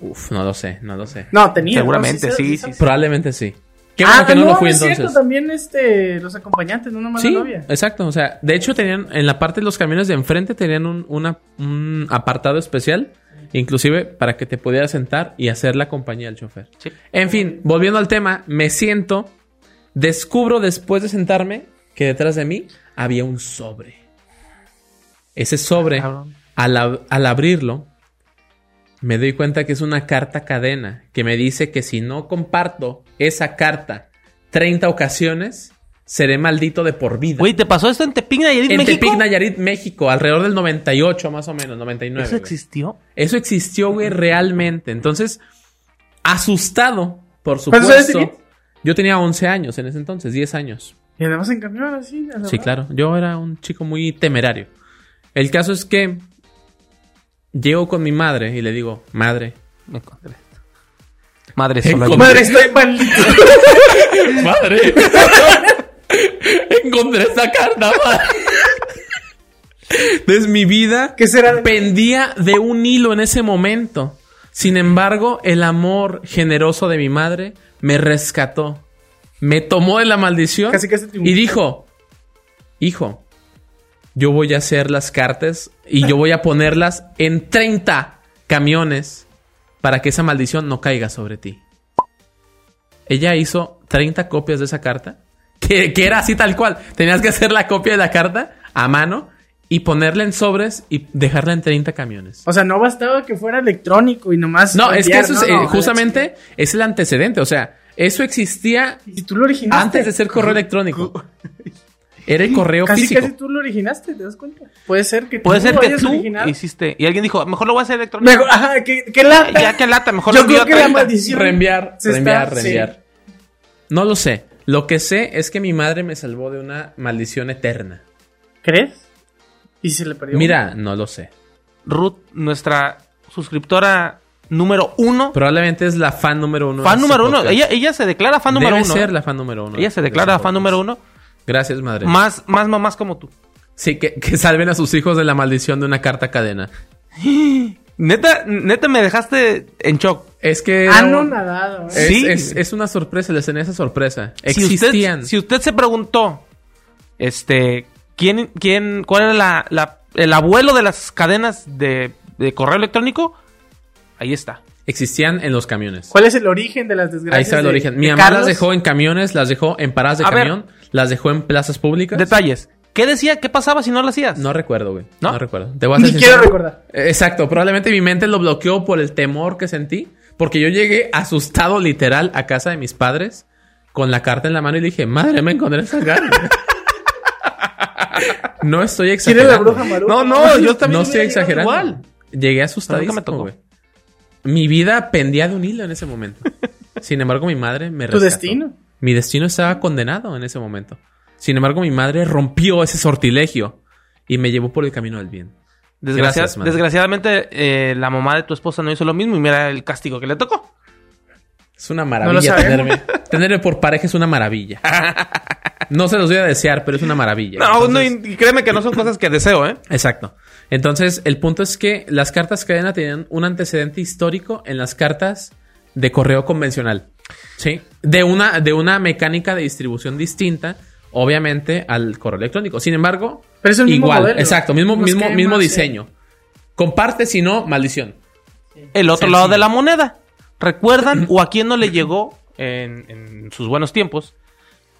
Speaker 3: Uf, no lo sé, no lo sé.
Speaker 5: No, tenía. ¿no?
Speaker 4: Seguramente, sí, sí, sí.
Speaker 3: Probablemente sí. Qué
Speaker 5: Ah,
Speaker 3: bueno que no,
Speaker 5: no,
Speaker 3: lo fui
Speaker 5: es
Speaker 3: entonces.
Speaker 5: cierto, también este, los acompañantes, no nomás
Speaker 3: Sí,
Speaker 5: la novia.
Speaker 3: exacto. O sea, de hecho tenían, en la parte de los camiones de enfrente tenían un, una- un apartado especial, inclusive para que te pudieras sentar y hacer la compañía al chofer.
Speaker 4: Sí.
Speaker 3: En fin, volviendo al tema, me siento, descubro después de sentarme que detrás de mí había un sobre. Ese sobre,
Speaker 4: Ah, Cabrón.
Speaker 3: al, ab- al abrirlo, me doy cuenta que es una carta cadena que me dice que si no comparto esa carta 30 ocasiones, seré maldito de por vida.
Speaker 4: Güey, ¿te pasó esto en Tepic, Nayarit,
Speaker 3: en
Speaker 4: México?
Speaker 3: Tepic, Nayarit, México, alrededor del 98 más o menos, 99.
Speaker 4: ¿Eso
Speaker 3: güey.
Speaker 4: existió?
Speaker 3: Eso existió, güey, realmente. Entonces, asustado, por
Speaker 5: ¿Cuántos años
Speaker 3: supuesto. Yo tenía 11 años en ese entonces, 10 años.
Speaker 5: Y andamos en camión así. a la
Speaker 3: Sí,
Speaker 5: verdad.
Speaker 3: claro. Yo era un chico muy temerario. El caso es que llego con mi madre y le digo, madre,
Speaker 4: Me encontré esto. Madre
Speaker 3: Encontré-
Speaker 4: sola.
Speaker 5: Madre, estoy maldito.
Speaker 3: madre, encontré esta carta. madre". Entonces mi vida
Speaker 5: ¿Qué será de-
Speaker 3: pendía de un hilo en ese momento. Sin embargo, el amor generoso de mi madre me rescató, me tomó de la maldición
Speaker 5: Casi, casi triunfó.
Speaker 3: y dijo, hijo, yo voy a hacer las cartas y yo voy a ponerlas en 30 camiones para que esa maldición no caiga sobre ti. Ella hizo 30 copias de esa carta, que, que era así tal cual. Tenías que hacer la copia de la carta a mano y ponerla en sobres y dejarla en 30 camiones.
Speaker 5: O sea, no bastaba que fuera electrónico y nomás.
Speaker 3: No, es que
Speaker 5: enviar,
Speaker 3: eso es,
Speaker 5: no,
Speaker 3: eh,
Speaker 5: no, a la
Speaker 3: justamente es el antecedente. O sea, eso existía
Speaker 5: chingada. Si tú lo originaste.
Speaker 3: antes de ser correo electrónico. Era el correo
Speaker 5: Casi,
Speaker 3: físico.
Speaker 5: casi tú lo originaste, ¿te das cuenta? Puede ser que
Speaker 4: Puede ser
Speaker 5: lo
Speaker 4: que
Speaker 5: hayas
Speaker 4: tú
Speaker 5: originado.
Speaker 4: hiciste. Y alguien dijo, mejor lo voy a hacer electrónico.
Speaker 5: Mejor, ajá, que, que la.
Speaker 4: Ya que lata, mejor
Speaker 5: Yo
Speaker 4: lo envío
Speaker 5: creo que
Speaker 4: a
Speaker 5: la
Speaker 4: 30.
Speaker 5: maldición.
Speaker 3: Reenviar,
Speaker 5: Se
Speaker 3: reenviar,
Speaker 5: está-
Speaker 3: reenviar.
Speaker 5: sí.
Speaker 3: No lo sé. Lo que sé es que mi madre me salvó de una maldición eterna.
Speaker 5: ¿Crees? Y se le perdió.
Speaker 3: Mira, no lo sé.
Speaker 4: Ruth, nuestra suscriptora número uno.
Speaker 3: Probablemente es la fan número uno. de
Speaker 4: fan
Speaker 3: este
Speaker 4: número uno.
Speaker 3: podcast.
Speaker 4: Ella, ella se declara fan número
Speaker 3: Debe
Speaker 4: uno. ¿eh?
Speaker 3: ser la fan número uno.
Speaker 4: Ella se
Speaker 3: de
Speaker 4: declara
Speaker 3: este
Speaker 4: fan número
Speaker 3: podcast.
Speaker 4: uno.
Speaker 3: Gracias, madre.
Speaker 4: Más, más mamás como tú.
Speaker 3: sí, que, que salven a sus hijos de la maldición de una carta cadena.
Speaker 4: Neta, neta me dejaste en shock.
Speaker 3: Es que. era un-
Speaker 5: Anonadado. ¿eh?
Speaker 3: es,
Speaker 4: Sí.
Speaker 3: es- es una sorpresa, les tenía esa sorpresa.
Speaker 4: Si usted-
Speaker 3: Existían.
Speaker 4: Si usted, se preguntó, este, quién, quién, cuál era la, la- el abuelo de las cadenas de, de correo electrónico, ahí está.
Speaker 3: Existían en los camiones.
Speaker 5: ¿Cuál es el origen de las desgracias?
Speaker 3: Ahí está el
Speaker 5: de-
Speaker 3: origen. Mi
Speaker 5: de
Speaker 3: mamá
Speaker 5: Carlos?
Speaker 3: las dejó en camiones, las dejó en paradas de
Speaker 4: A ver.
Speaker 3: camión, las dejó en plazas públicas.
Speaker 4: Detalles. ¿Qué decía? ¿Qué pasaba si no lo hacías?
Speaker 3: No recuerdo, güey.
Speaker 4: ¿No?
Speaker 3: ¿No? recuerdo. Te voy a
Speaker 5: Ni
Speaker 3: ser
Speaker 5: quiero
Speaker 3: sincero.
Speaker 5: recordar.
Speaker 3: Eh, Exacto. Probablemente mi mente lo bloqueó por el temor que sentí. Porque yo llegué asustado literal a casa de mis padres con la carta en la mano y le dije, madre, me encontré esa carta. no estoy
Speaker 5: ¿Quién es
Speaker 3: exagerando.
Speaker 5: la bruja maruja?
Speaker 4: No, no, yo
Speaker 3: no
Speaker 4: también.
Speaker 3: estoy exagerando.
Speaker 4: Igual.
Speaker 3: Llegué asustadísimo,
Speaker 4: Nunca me tocó.
Speaker 3: güey. Mi vida pendía de un hilo en ese momento. Sin embargo, mi madre me
Speaker 5: Tu
Speaker 3: rescató.
Speaker 5: destino.
Speaker 3: Mi destino estaba condenado en ese momento. Sin embargo, mi madre rompió ese sortilegio y me llevó por el camino del bien.
Speaker 4: Desgracia-
Speaker 3: Gracias, madre.
Speaker 4: desgraciadamente, eh, la mamá de tu esposa no hizo lo mismo y mira el castigo que le tocó.
Speaker 3: Es una
Speaker 5: No lo
Speaker 3: maravilla
Speaker 5: sabemos.
Speaker 3: tenerme. Tenerme por pareja es una maravilla. No se los voy a desear, pero es una maravilla.
Speaker 4: No, no,
Speaker 3: Entonces-
Speaker 4: y créeme que no son cosas que deseo, ¿eh?
Speaker 3: Exacto. Entonces, el punto es que las cartas cadena tenían un antecedente histórico en las cartas de correo convencional. Sí. De una, de una mecánica de distribución distinta, obviamente, al correo electrónico. Sin embargo,
Speaker 5: Pero es el mismo
Speaker 3: igual,
Speaker 5: modelo.
Speaker 3: exacto, mismo,
Speaker 5: Mismos
Speaker 3: mismo,
Speaker 5: esquemas,
Speaker 3: mismo
Speaker 5: sí.
Speaker 3: diseño. Comparte, si no, maldición.
Speaker 4: El otro
Speaker 3: Sencillo.
Speaker 4: lado de la moneda. ¿Recuerdan o a quién no le llegó en, en sus buenos tiempos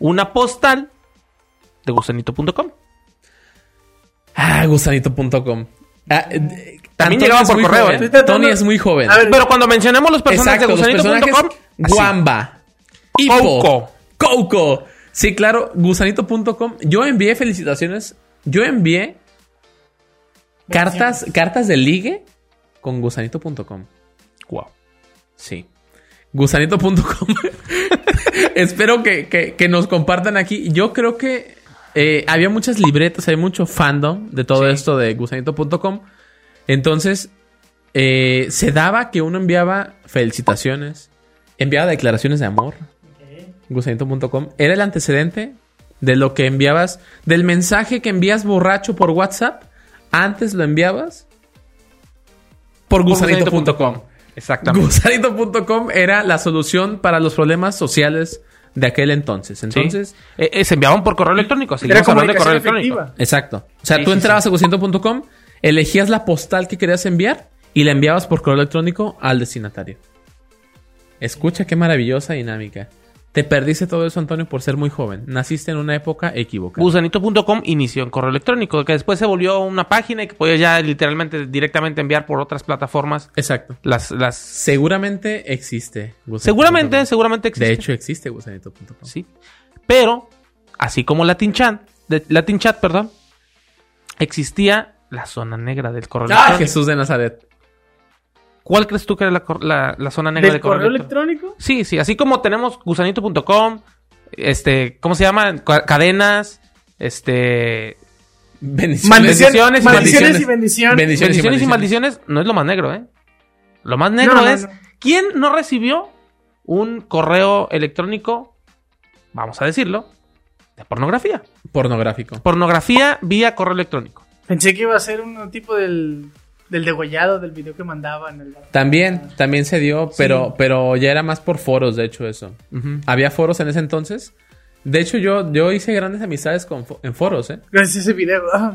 Speaker 4: una postal de gusanito.com?
Speaker 3: Ah, gusanito.com. Ah, eh, Antonio
Speaker 4: llegaban
Speaker 3: es
Speaker 4: por
Speaker 3: muy
Speaker 4: correo, ¿eh?
Speaker 3: joven.
Speaker 5: Estoy tratando-
Speaker 3: Tony es muy joven.
Speaker 5: A ver,
Speaker 4: Pero cuando mencionemos los personajes
Speaker 3: Exacto, los
Speaker 4: de
Speaker 3: personajes
Speaker 4: gusanito.com, así.
Speaker 3: Guamba, Hippo,
Speaker 4: Coco.
Speaker 3: Coco. Sí, claro, gusanito.com. Yo envié felicitaciones. Yo envié cartas, cartas de ligue con gusanito.com.
Speaker 4: Guau.
Speaker 3: Sí. Gusanito.com. Espero que, que- que nos compartan aquí. Yo creo que eh, había muchas libretas, hay mucho fandom de todo
Speaker 4: Sí.
Speaker 3: esto de gusanito.com. Entonces, eh, se daba que uno enviaba felicitaciones, Enviaba declaraciones de amor. Gusanito.com. Era el antecedente de lo que enviabas, del mensaje que envías borracho por WhatsApp. Antes lo enviabas por gusanito.com.
Speaker 4: Exactamente.
Speaker 3: Gusanito.com era la solución para los problemas sociales de aquel entonces. Entonces,
Speaker 4: Entonces, eh, eh, se enviaban por correo electrónico.
Speaker 5: Era
Speaker 4: Seguimos hablando de
Speaker 5: comunicación
Speaker 4: correo
Speaker 5: efectiva.
Speaker 4: electrónico.
Speaker 3: exacto. O sea,
Speaker 4: Sí,
Speaker 3: tú
Speaker 4: sí,
Speaker 3: entrabas a gusanito.com, elegías la postal que querías enviar y la enviabas por correo electrónico al destinatario. Escucha qué maravillosa dinámica. Te perdiste todo eso, Antonio, por ser muy joven. Naciste en una época equivocada.
Speaker 4: Gusanito.com inició en correo electrónico, que después se volvió una página y que podías ya literalmente directamente enviar por otras plataformas
Speaker 3: Exacto.
Speaker 4: las... las...
Speaker 3: Seguramente existe. gusanito.com.
Speaker 4: Seguramente, seguramente existe.
Speaker 3: De hecho, existe gusanito.com.
Speaker 4: Sí. Pero, así como Latin Chat, de- Latin Chat, perdón, existía la zona negra del correo
Speaker 3: Ah,
Speaker 4: electrónico.
Speaker 3: Jesús de Nazaret.
Speaker 4: ¿Cuál crees tú que era la, cor- la- la zona negra del,
Speaker 5: ¿Del correo electrónico?
Speaker 4: Sí, sí, así como tenemos gusanito.com, este, ¿cómo se llama? Ca- Cadenas, este,
Speaker 3: Bendiciones.
Speaker 4: Bendiciones y
Speaker 5: Maldiciones, maldiciones,
Speaker 3: maldiciones.
Speaker 5: y bendiciones.
Speaker 4: bendiciones, y maldiciones, no es lo más negro, ¿eh? Lo más negro
Speaker 5: No, no,
Speaker 4: es,
Speaker 5: no.
Speaker 4: ¿quién no recibió un correo electrónico, vamos a decirlo, de pornografía?
Speaker 3: Pornográfico.
Speaker 4: Pornografía vía correo electrónico.
Speaker 5: Pensé que iba a ser un tipo del, del degollado del video que mandaban. el-
Speaker 3: También, también se dio, pero, pero ya era más por foros, de hecho, eso. Había foros en ese entonces. De hecho, yo, yo hice grandes amistades con fo- en foros, ¿eh?
Speaker 5: Gracias a ese video. ah,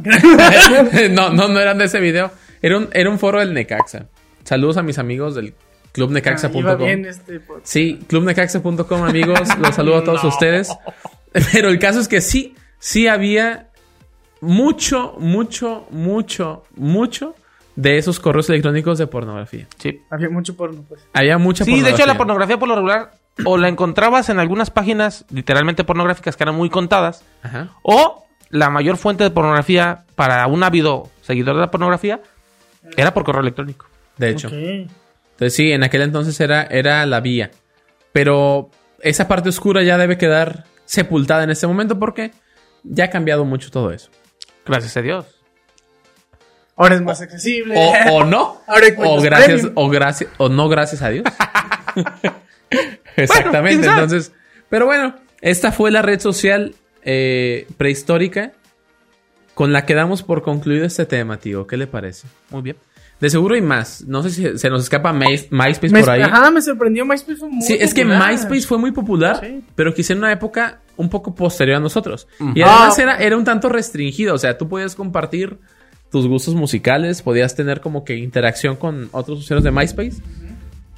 Speaker 3: no, no, no eran de ese video. Era un, era un foro del Necaxa. Saludos a mis amigos del
Speaker 4: Ah,
Speaker 5: Iba
Speaker 3: clubnecaxa.com.
Speaker 5: bien este podcast.
Speaker 3: Sí, clubnecaxa.com, amigos. Los saludo a todos ustedes. Pero el caso es que sí, sí había mucho, mucho, mucho, mucho de esos correos electrónicos de pornografía.
Speaker 4: Sí.
Speaker 5: Había mucho porno, pues.
Speaker 3: Había mucha
Speaker 4: Sí, de hecho la pornografía por lo regular o la encontrabas en algunas páginas literalmente pornográficas que eran muy contadas
Speaker 3: Ajá.
Speaker 4: o la mayor fuente de pornografía para un ávido seguidor de la pornografía era por correo electrónico.
Speaker 3: De hecho.
Speaker 5: Ok.
Speaker 3: Entonces sí, en aquel entonces era, era la vía. Pero esa parte oscura ya debe quedar sepultada en este momento porque ya ha cambiado mucho todo eso.
Speaker 4: Gracias a Dios.
Speaker 5: Ahora es más
Speaker 3: Oh,
Speaker 5: accesible.
Speaker 3: O, o no.
Speaker 5: Ahora hay
Speaker 3: o
Speaker 5: cuentas
Speaker 3: gracias,
Speaker 5: premium.
Speaker 3: o gracias, o no gracias a Dios. Exactamente.
Speaker 4: quién sabe.
Speaker 3: entonces, pero bueno, esta fue la red social eh, prehistórica con la que damos por concluido este tema, tío. ¿Qué le parece?
Speaker 4: Muy bien.
Speaker 3: De seguro hay más. No sé si se nos escapa Mys- MySpace
Speaker 5: Me-
Speaker 3: por ahí.
Speaker 5: Ajá, me sorprendió. MySpace fue muy
Speaker 3: Sí, es que
Speaker 5: popular.
Speaker 3: MySpace fue muy popular,
Speaker 5: Sí.
Speaker 3: pero quizá en una época un poco posterior a nosotros. Y
Speaker 5: Ujú.
Speaker 3: además
Speaker 5: Ah.
Speaker 3: era, era un tanto restringido, o sea, tú podías compartir tus gustos musicales, podías tener como que interacción con otros usuarios de MySpace,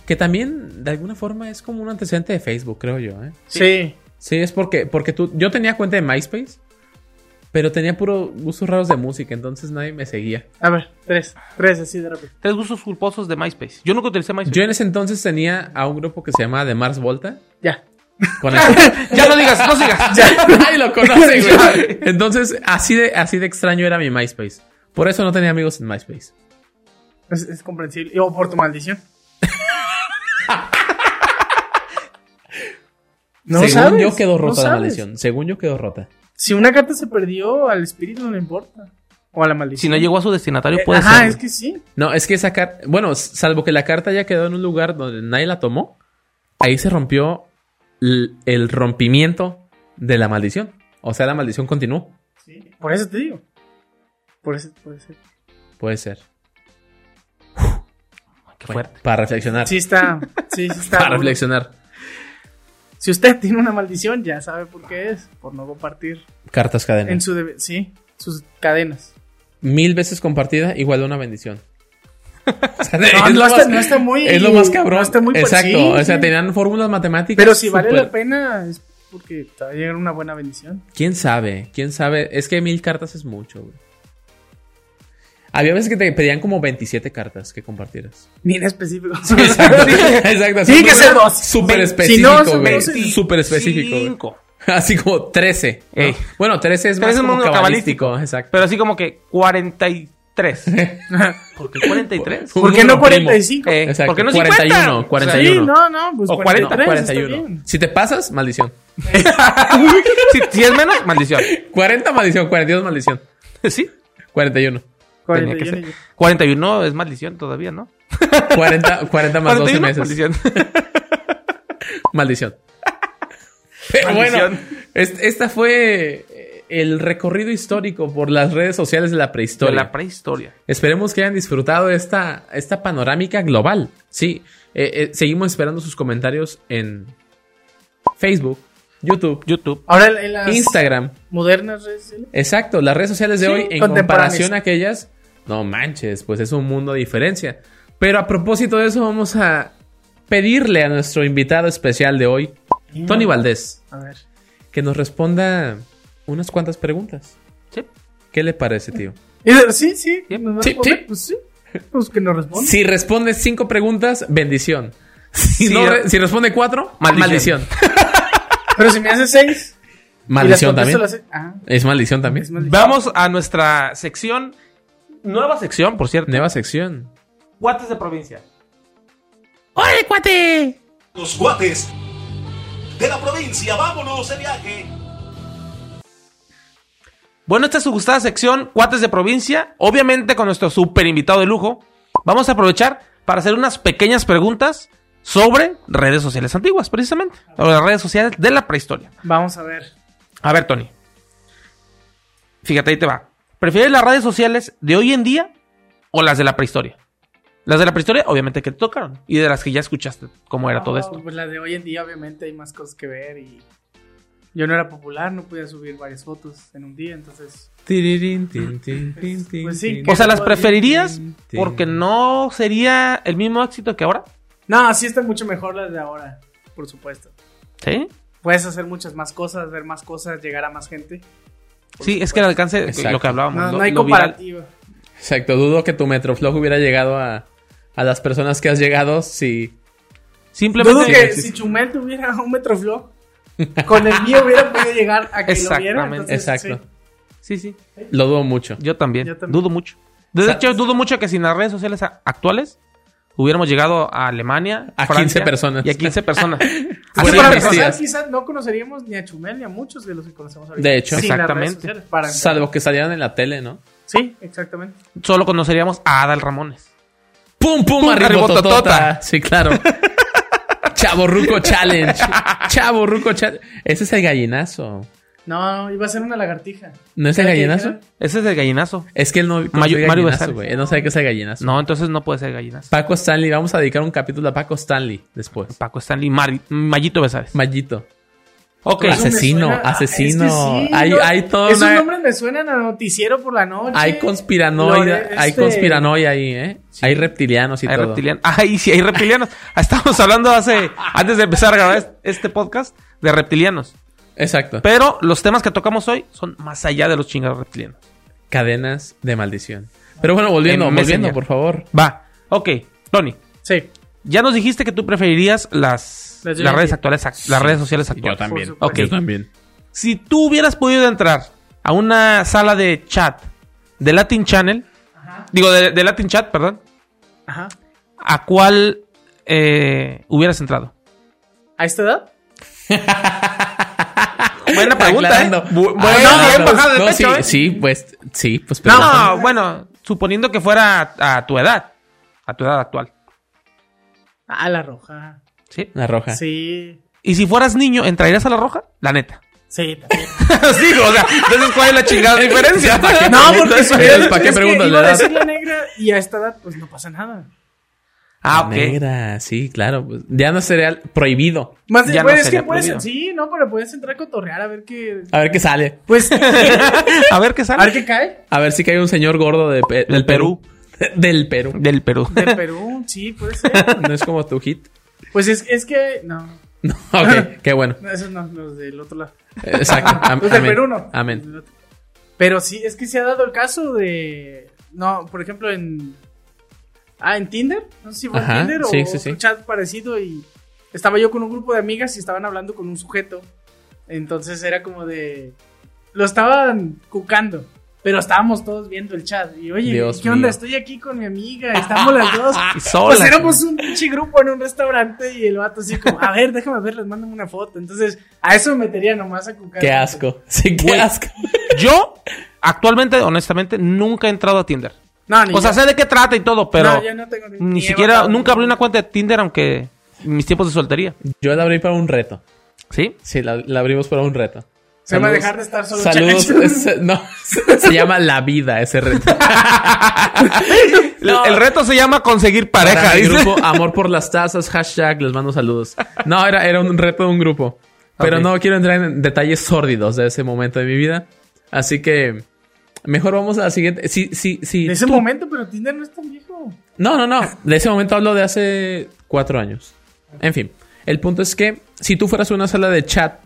Speaker 3: que también de alguna forma es como un antecedente de Facebook, creo yo. ¿eh?
Speaker 5: Sí.
Speaker 3: Sí, es porque, porque tú, yo tenía cuenta de MySpace, pero tenía puro gustos raros de música, entonces nadie me seguía.
Speaker 5: A ver, tres. Tres, así de rápido.
Speaker 4: Tres gustos culposos de MySpace. Yo nunca utilicé MySpace.
Speaker 3: Yo en ese entonces tenía a un grupo que se llamaba The Mars Volta.
Speaker 5: Ya.
Speaker 3: Con el-
Speaker 4: Ya no digas, no sigas.
Speaker 3: Nadie lo conoce, güey. Entonces, así de, así de extraño era mi MySpace. Por eso no tenía amigos en MySpace.
Speaker 5: Es, es comprensible. Y, O por tu maldición. no
Speaker 3: Según
Speaker 5: sabes,
Speaker 3: yo quedó
Speaker 5: no
Speaker 3: rota la
Speaker 5: sabes.
Speaker 3: maldición. Según yo quedó rota.
Speaker 5: Si una carta se perdió, al espíritu no le importa. O a la
Speaker 4: Si
Speaker 5: maldición.
Speaker 4: no llegó a su destinatario,
Speaker 5: Eh,
Speaker 4: puede
Speaker 5: Ajá,
Speaker 4: ser.
Speaker 5: es que sí.
Speaker 3: No, es que esa carta. Bueno, s- salvo que la carta ya quedó en un lugar donde nadie la tomó. Ahí se rompió l- el rompimiento de la maldición. O sea, la maldición continuó.
Speaker 5: Por eso te digo. Por eso, por eso.
Speaker 3: Puede ser.
Speaker 4: Qué fuerte.
Speaker 3: Para reflexionar.
Speaker 5: Sí está. Sí, sí está.
Speaker 3: para
Speaker 5: duro.
Speaker 3: reflexionar.
Speaker 5: Si usted tiene una maldición, ya sabe por qué es. Por no compartir
Speaker 3: Cartas cadena.
Speaker 5: en su debe- sí, sus cadenas.
Speaker 3: Mil veces compartida igual a una bendición. O sea,
Speaker 5: No,
Speaker 3: es
Speaker 5: no
Speaker 3: lo
Speaker 5: está,
Speaker 3: más-
Speaker 5: no está muy.
Speaker 3: Es lo más cabrón.
Speaker 5: no está muy
Speaker 3: Exacto.
Speaker 5: sí,
Speaker 3: o sea,
Speaker 5: sí.
Speaker 3: tenían fórmulas matemáticas.
Speaker 5: Pero si vale
Speaker 3: súper-
Speaker 5: la pena, es porque te va a llegar una buena bendición.
Speaker 3: ¿Quién sabe? ¿Quién sabe? Es que mil cartas es mucho, güey. Había veces que te pedían como 27 cartas que compartieras.
Speaker 5: Bien específico.
Speaker 3: Exacto. Exacto.
Speaker 5: Tiene que ser dos.
Speaker 3: Súper
Speaker 5: Ve- si
Speaker 3: específico,
Speaker 5: no, son
Speaker 3: güey.
Speaker 5: doce.
Speaker 3: este Súper específico, güey.
Speaker 4: Cinco.
Speaker 3: Así como 13. ¿no?
Speaker 4: Ey.
Speaker 3: Bueno, 13 es más
Speaker 4: 13 es un
Speaker 3: como
Speaker 4: número
Speaker 3: cabalístico. Exacto.
Speaker 4: Pero así como que 43. ¿Por qué 43?
Speaker 3: Un
Speaker 5: ¿Por qué no
Speaker 3: número primo.
Speaker 5: 45?
Speaker 4: Eh,
Speaker 3: Exacto.
Speaker 4: ¿Por qué no 41?
Speaker 3: 41, 41.
Speaker 5: Sí, no, no, pues
Speaker 4: O
Speaker 5: 43,
Speaker 4: 40,
Speaker 5: 41.
Speaker 3: 41. Si te pasas, maldición.
Speaker 4: si, si es menos, maldición.
Speaker 3: 40 maldición, 42 maldición.
Speaker 4: Sí.
Speaker 3: 41.
Speaker 4: Tenía que ser. 41 es maldición todavía, ¿no?
Speaker 3: 40, 40 más 12
Speaker 4: 41
Speaker 3: meses.
Speaker 4: maldición.
Speaker 3: Maldición. Pero bueno, es- esta fue eh, el recorrido histórico por las redes sociales de la
Speaker 4: de
Speaker 3: prehistoria.
Speaker 4: la prehistoria.
Speaker 3: Esperemos que hayan disfrutado esta, esta panorámica global. Sí, eh, eh, seguimos esperando sus comentarios en Facebook, YouTube,
Speaker 4: YouTube.
Speaker 5: Ahora en las
Speaker 3: Instagram.
Speaker 5: modernas redes sociales.
Speaker 3: Exacto, las redes sociales de
Speaker 5: Sí,
Speaker 3: hoy en
Speaker 5: contemporáneas.
Speaker 3: comparación a aquellas, no manches, pues es un mundo de diferencia. Pero a propósito de eso, vamos a pedirle a nuestro invitado especial de hoy, Tony Valdés,
Speaker 5: A ver.
Speaker 3: que nos responda unas cuantas preguntas.
Speaker 4: Sí.
Speaker 3: ¿Qué le parece, tío?
Speaker 5: Y- Sí, sí. ¿me va a
Speaker 3: Sí,
Speaker 5: responder?
Speaker 3: sí.
Speaker 5: Pues sí. Pues que nos responde.
Speaker 3: Si responde cinco preguntas, bendición. Si,
Speaker 4: Sí,
Speaker 3: no
Speaker 4: eh.
Speaker 3: re- si responde cuatro, maldición.
Speaker 4: Maldición.
Speaker 5: Pero si me hace seis. y
Speaker 3: Maldición
Speaker 5: las
Speaker 3: también.
Speaker 5: contesto las- Ah,
Speaker 3: Es maldición también.
Speaker 5: es maldición.
Speaker 4: Vamos a nuestra sección. Nueva sección, por cierto.
Speaker 3: Nueva sección.
Speaker 4: Guates de provincia.
Speaker 3: ¡Oye, cuate!
Speaker 6: Los guates de la provincia, vámonos de viaje.
Speaker 4: Bueno, esta es su gustada sección, Cuates de Provincia. Obviamente con nuestro super invitado de lujo. Vamos a aprovechar para hacer unas pequeñas preguntas sobre redes sociales antiguas, precisamente. O las redes sociales de la prehistoria.
Speaker 5: Vamos a ver.
Speaker 4: A ver, Tony. Fíjate, ahí te va. ¿Prefieres las redes sociales de hoy en día o las de la prehistoria? Las de la prehistoria, obviamente que te tocaron. Y de las que ya escuchaste cómo era todo
Speaker 5: No,
Speaker 4: esto.
Speaker 5: Pues las de hoy en día, obviamente, hay más cosas que ver y. Yo no era popular, no podía subir varias fotos en un día, entonces.
Speaker 3: Tirirín, tin, tin, tin, tin,
Speaker 5: Pues sí,
Speaker 3: tin,
Speaker 5: que-
Speaker 4: O sea, ¿las
Speaker 5: Sí.
Speaker 4: preferirías?
Speaker 3: tin, tin.
Speaker 4: Porque no sería el mismo éxito que ahora.
Speaker 5: No, sí están mucho mejor las de ahora, por supuesto.
Speaker 4: Sí.
Speaker 5: Puedes hacer muchas más cosas, ver más cosas, llegar a más gente.
Speaker 4: Sí, es que el alcance,
Speaker 3: Exacto.
Speaker 4: lo que hablábamos.
Speaker 5: No,
Speaker 4: lo-
Speaker 5: no hay
Speaker 4: lo viral.
Speaker 5: comparativa.
Speaker 3: Exacto, dudo que tu Metroflog hubiera llegado a, a las personas que has llegado si...
Speaker 4: Simplemente.
Speaker 5: Dudo que si Chumel tuviera un Metroflog, con el mío hubiera podido llegar a que lo viera.
Speaker 4: Exactamente,
Speaker 5: entonces,
Speaker 3: Exacto,
Speaker 5: sí.
Speaker 4: Sí, sí.
Speaker 3: lo dudo mucho.
Speaker 4: Yo también.
Speaker 5: Yo también.
Speaker 4: Dudo mucho. De
Speaker 3: Sa-
Speaker 4: hecho, dudo mucho que sin las redes sociales a- actuales hubiéramos llegado a Alemania,
Speaker 3: A 15 personas.
Speaker 4: Y a 15 personas.
Speaker 5: Sí,
Speaker 4: Así
Speaker 5: para
Speaker 4: es.
Speaker 3: Mesías.
Speaker 5: empezar, quizás no conoceríamos ni a Chumel ni a muchos de los que conocemos ahorita.
Speaker 3: De hecho.
Speaker 5: Sin las redes
Speaker 4: Exactamente.
Speaker 5: sociales, para empezar.
Speaker 3: Salvo que salieran en la tele, ¿no?
Speaker 5: Sí, exactamente.
Speaker 4: Solo conoceríamos a Adal Ramones.
Speaker 3: ¡Pum, pum,
Speaker 4: Pum,
Speaker 3: arribototota!
Speaker 4: arribototota.
Speaker 3: Sí, claro. Chaborruco Challenge. Chaborruco Challenge. Ese es el gallinazo.
Speaker 5: No, iba a ser una lagartija.
Speaker 3: ¿No es el
Speaker 5: ¿Era que
Speaker 3: gallinazo?
Speaker 5: dijera?
Speaker 4: Ese es el gallinazo.
Speaker 3: Es que él no conoce
Speaker 4: Mario-
Speaker 3: el
Speaker 4: Mario
Speaker 3: gallinazo,
Speaker 4: Besares.
Speaker 3: güey. Él no sabe qué es el gallinazo.
Speaker 4: No, entonces no puede ser gallinazo.
Speaker 3: Paco Stanley. Vamos a dedicar un capítulo a Paco Stanley después.
Speaker 4: Paco Stanley, Mari- Mayito Besares.
Speaker 3: Mallito.
Speaker 4: ok.
Speaker 5: Eso me
Speaker 3: Asesino,
Speaker 5: suena-
Speaker 3: asesino.
Speaker 5: Es que sí,
Speaker 3: Hay-
Speaker 5: no,
Speaker 3: hay toda
Speaker 5: Esos
Speaker 3: una-
Speaker 5: nombres me suenan a noticiero por la noche.
Speaker 3: Hay
Speaker 5: Lo
Speaker 3: conspiranoia.
Speaker 5: de
Speaker 3: Hay
Speaker 5: este-
Speaker 3: conspiranoia ahí, ¿eh? Hay reptilianos y
Speaker 4: hay
Speaker 3: todo.
Speaker 4: reptilianos. Ay, sí, hay reptilianos. Estábamos hablando hace, antes de empezar a grabar es- este podcast de reptilianos.
Speaker 3: Exacto.
Speaker 4: Pero los temas que tocamos hoy son más allá de los chingados reptilianos.
Speaker 3: Cadenas de maldición. Pero bueno, volviendo,
Speaker 4: En
Speaker 3: volviendo,
Speaker 4: Messenger.
Speaker 3: por favor.
Speaker 4: Va. Ok, Tony.
Speaker 5: Sí,
Speaker 4: Ya nos dijiste que tú preferirías las, las,
Speaker 5: Las de hoy en
Speaker 4: redes
Speaker 5: día.
Speaker 4: actuales, ac- las redes sociales
Speaker 3: Yo
Speaker 4: actuales.
Speaker 3: también.
Speaker 5: Por supuesto.
Speaker 3: Yo también.
Speaker 4: Si tú hubieras podido entrar a una sala de chat de Latin Channel, digo, de, de Latin Chat, perdón,
Speaker 5: ajá.
Speaker 4: ¿a cuál eh, hubieras entrado?
Speaker 5: ¿A esta edad?
Speaker 4: Buena pregunta, ¿eh?
Speaker 3: Aclarando.
Speaker 4: Bu-
Speaker 3: Ah,
Speaker 4: buena,
Speaker 3: no,
Speaker 4: bien
Speaker 3: no,
Speaker 4: bajada de
Speaker 3: no,
Speaker 4: pecho,
Speaker 3: sí,
Speaker 4: ¿eh?
Speaker 3: sí, pues, sí, pues, pero...
Speaker 4: No, bueno, suponiendo que fuera a, a tu edad, a tu edad actual,
Speaker 5: A la roja.
Speaker 4: ¿sí?
Speaker 3: La roja.
Speaker 5: Sí.
Speaker 4: Y si fueras niño, ¿entrarías a la roja? La neta.
Speaker 5: Sí, también.
Speaker 4: sí, o sea, entonces, ¿cuál es la chingada diferencia?
Speaker 5: no, porque
Speaker 3: Entonces, ¿para qué
Speaker 5: es que
Speaker 3: preguntas
Speaker 5: iba
Speaker 3: la
Speaker 5: a
Speaker 3: edad?
Speaker 5: decir la negra y a esta edad pues no pasa nada.
Speaker 4: Ah, ok.
Speaker 3: Negra, sí, claro. pues, ya no sería prohibido.
Speaker 5: Más
Speaker 4: Ya no
Speaker 5: bien, pues, es que
Speaker 4: sería
Speaker 5: puedes,
Speaker 4: prohibido.
Speaker 5: sí, no, pero puedes entrar a cotorrear a ver qué
Speaker 3: A ver qué sale.
Speaker 5: pues a
Speaker 4: A ver qué sale.
Speaker 5: ver qué cae.
Speaker 3: A ver si cae un señor gordo de Pe- del Perú. del Perú.
Speaker 4: Del Perú.
Speaker 5: De Perú, sí, puede ser.
Speaker 3: No es como tu hit.
Speaker 5: Pues es, es que no,
Speaker 3: No, ok, qué bueno.
Speaker 5: no, esos no, los del otro lado.
Speaker 3: Exacto. am-
Speaker 5: Los Pues del
Speaker 3: amén.
Speaker 5: Perú no.
Speaker 3: Amén.
Speaker 5: Pero sí, es que se ha dado el caso de. No, por ejemplo, en. Ah, en Tinder. No sé si fue
Speaker 3: Ajá,
Speaker 5: en Tinder
Speaker 3: sí,
Speaker 5: o
Speaker 3: sí, sí.
Speaker 5: un chat parecido. Y estaba yo con un grupo de amigas y estaban hablando con un sujeto. Entonces era como de. Lo estaban cucando. Pero estábamos todos viendo el chat. Y oye,
Speaker 3: Dios
Speaker 5: ¿qué onda?
Speaker 3: mío.
Speaker 5: Estoy aquí con mi amiga. Estamos las dos.
Speaker 4: Y
Speaker 5: Pues
Speaker 4: sola.
Speaker 5: éramos un pinche grupo en un restaurante y el vato así como, a ver, déjame ver, les mando una foto. Entonces, a eso me metería nomás a cucar.
Speaker 3: Qué asco. Sí, qué
Speaker 4: Güey.
Speaker 3: asco.
Speaker 4: Yo, actualmente, honestamente, nunca he entrado a Tinder.
Speaker 5: No, ni
Speaker 4: O sea,
Speaker 5: yo.
Speaker 4: sé de qué trata y todo, pero
Speaker 5: No, yo no tengo
Speaker 4: ni
Speaker 5: he
Speaker 4: siquiera,
Speaker 5: bajado.
Speaker 4: nunca abrí una cuenta de Tinder, aunque mis tiempos de soltería.
Speaker 3: Yo la abrí para un reto.
Speaker 4: ¿Sí?
Speaker 3: Sí, la, la abrimos para un reto.
Speaker 5: Se va a
Speaker 3: Saludos-
Speaker 5: dejar de estar solo.
Speaker 3: Saludos.
Speaker 5: chacho.
Speaker 3: es- no, se, se llama la vida ese reto.
Speaker 4: El reto se llama conseguir pareja.
Speaker 3: Para mi
Speaker 4: dice.
Speaker 3: grupo Amor por las tazas, hashtag, les mando saludos. No, era, era un reto de un grupo. Pero
Speaker 4: Ok.
Speaker 3: no quiero entrar en detalles sórdidos de ese momento de mi vida. Así que mejor vamos a la siguiente. Sí, sí, sí.
Speaker 5: En ese
Speaker 3: tú-
Speaker 5: momento, pero Tinder no es tan viejo.
Speaker 3: No, no, no. De ese momento hablo de hace cuatro años. En fin, el punto es que si tú fueras una sala de chat,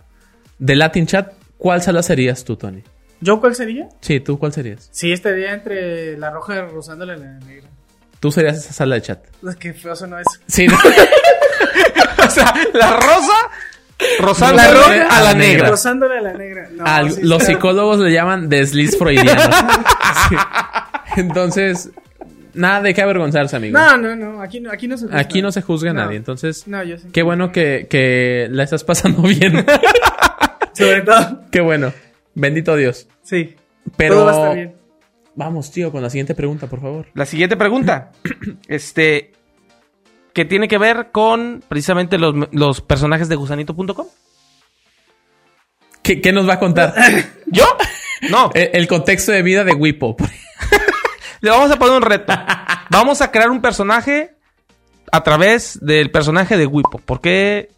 Speaker 3: de Latin chat, ¿cuál sala serías tú, Tony?
Speaker 5: ¿Yo cuál sería?
Speaker 3: Sí, ¿tú cuál serías?
Speaker 5: Sí, estaría entre la roja rozándole la negra.
Speaker 3: Tú serías esa sala de chat.
Speaker 5: Es que feo sonó eso.
Speaker 3: Sí, no.
Speaker 4: O sea, la rosa, rosada
Speaker 3: La
Speaker 4: roja
Speaker 3: roja
Speaker 4: a la
Speaker 3: a
Speaker 4: negra.
Speaker 3: la negra.
Speaker 5: Rozándole a la negra. No,
Speaker 3: Al-
Speaker 5: sí,
Speaker 3: los
Speaker 5: está-
Speaker 3: psicólogos le llaman desliz freudiano. Sí. Entonces, nada de qué avergonzarse, amigo.
Speaker 5: No, no, no. Aquí no, aquí no se juzga.
Speaker 3: Aquí no se juzga a
Speaker 5: No.
Speaker 3: nadie. Entonces,
Speaker 5: No, yo sí.
Speaker 3: qué bueno que, que la estás pasando bien.
Speaker 5: Sobre todo.
Speaker 3: qué bueno. Bendito Dios.
Speaker 5: Sí.
Speaker 3: Pero
Speaker 5: Todo va a estar bien.
Speaker 3: vamos, tío, con la siguiente pregunta, por favor.
Speaker 4: La siguiente pregunta, este, que tiene que ver con precisamente los, los personajes de gusanito.com.
Speaker 3: ¿Qué, qué nos va a contar? Eh,
Speaker 4: ¿Yo? No,
Speaker 3: el, el contexto de vida de Whippo.
Speaker 4: le vamos a poner un reto. Vamos a crear un personaje a través del personaje de Wipo. ¿Por qué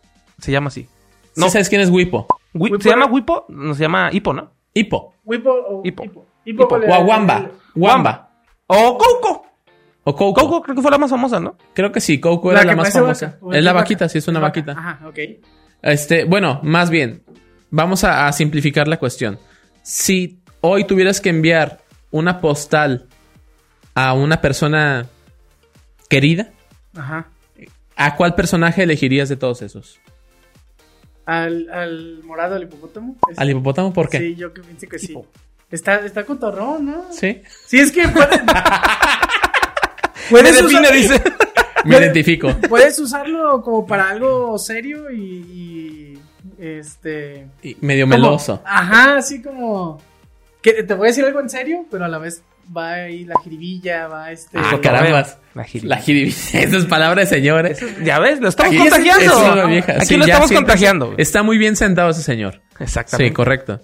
Speaker 4: se llama así? No.
Speaker 3: No sabes quién es Whippo.
Speaker 4: Wi-
Speaker 5: Wipo
Speaker 4: ¿Se llama
Speaker 5: era-
Speaker 4: Wipo? No, se llama Hipo, ¿no?
Speaker 3: Hipo.
Speaker 5: Wipo o
Speaker 4: Hipo.
Speaker 5: Hipo.
Speaker 4: Hipo.
Speaker 5: ¿cuál era?
Speaker 3: Guaguamba. Wamba.
Speaker 4: O Coco.
Speaker 3: O Coco.
Speaker 4: Coco creo que fue la más famosa, ¿no?
Speaker 3: Creo que sí, Coco era la
Speaker 5: que
Speaker 3: más
Speaker 5: parece
Speaker 3: famosa.
Speaker 5: vaca, o
Speaker 3: Es la vaquita, sí, es una
Speaker 5: vaca.
Speaker 3: vaquita.
Speaker 5: Ajá, ok.
Speaker 3: Este, bueno, más bien, vamos a, a simplificar la cuestión. Si hoy tuvieras que enviar una postal a una persona querida,
Speaker 5: Ajá.
Speaker 3: ¿a cuál personaje elegirías de todos esos?
Speaker 5: Al, al morado, al hipopótamo. Es-
Speaker 3: ¿Al hipopótamo por qué?
Speaker 5: Sí, yo que pienso que sí. Está, está cotorrón, ¿no?
Speaker 3: Sí.
Speaker 5: Sí, es que puedes. puedes, usar-
Speaker 3: Me identifico.
Speaker 5: puedes usarlo como para algo serio y. y, este.
Speaker 3: Y medio
Speaker 5: como-
Speaker 3: meloso.
Speaker 5: Ajá, así como. Que te voy a decir algo en serio, pero a la vez va ahí la jiribilla, va este.
Speaker 3: Ah,
Speaker 4: lo
Speaker 3: carambas.
Speaker 4: veo. La jiribilla.
Speaker 3: La jiribilla. Esa es palabra de señores.
Speaker 4: Ya ves, lo estamos
Speaker 3: Aquí-
Speaker 4: contagiando.
Speaker 3: es una vieja.
Speaker 4: Aquí
Speaker 3: Sí,
Speaker 4: lo
Speaker 3: ya
Speaker 4: estamos
Speaker 3: siempre-
Speaker 4: contagiando. güey.
Speaker 3: Está muy bien sentado ese señor. Sí,
Speaker 4: Exactamente.
Speaker 3: correcto.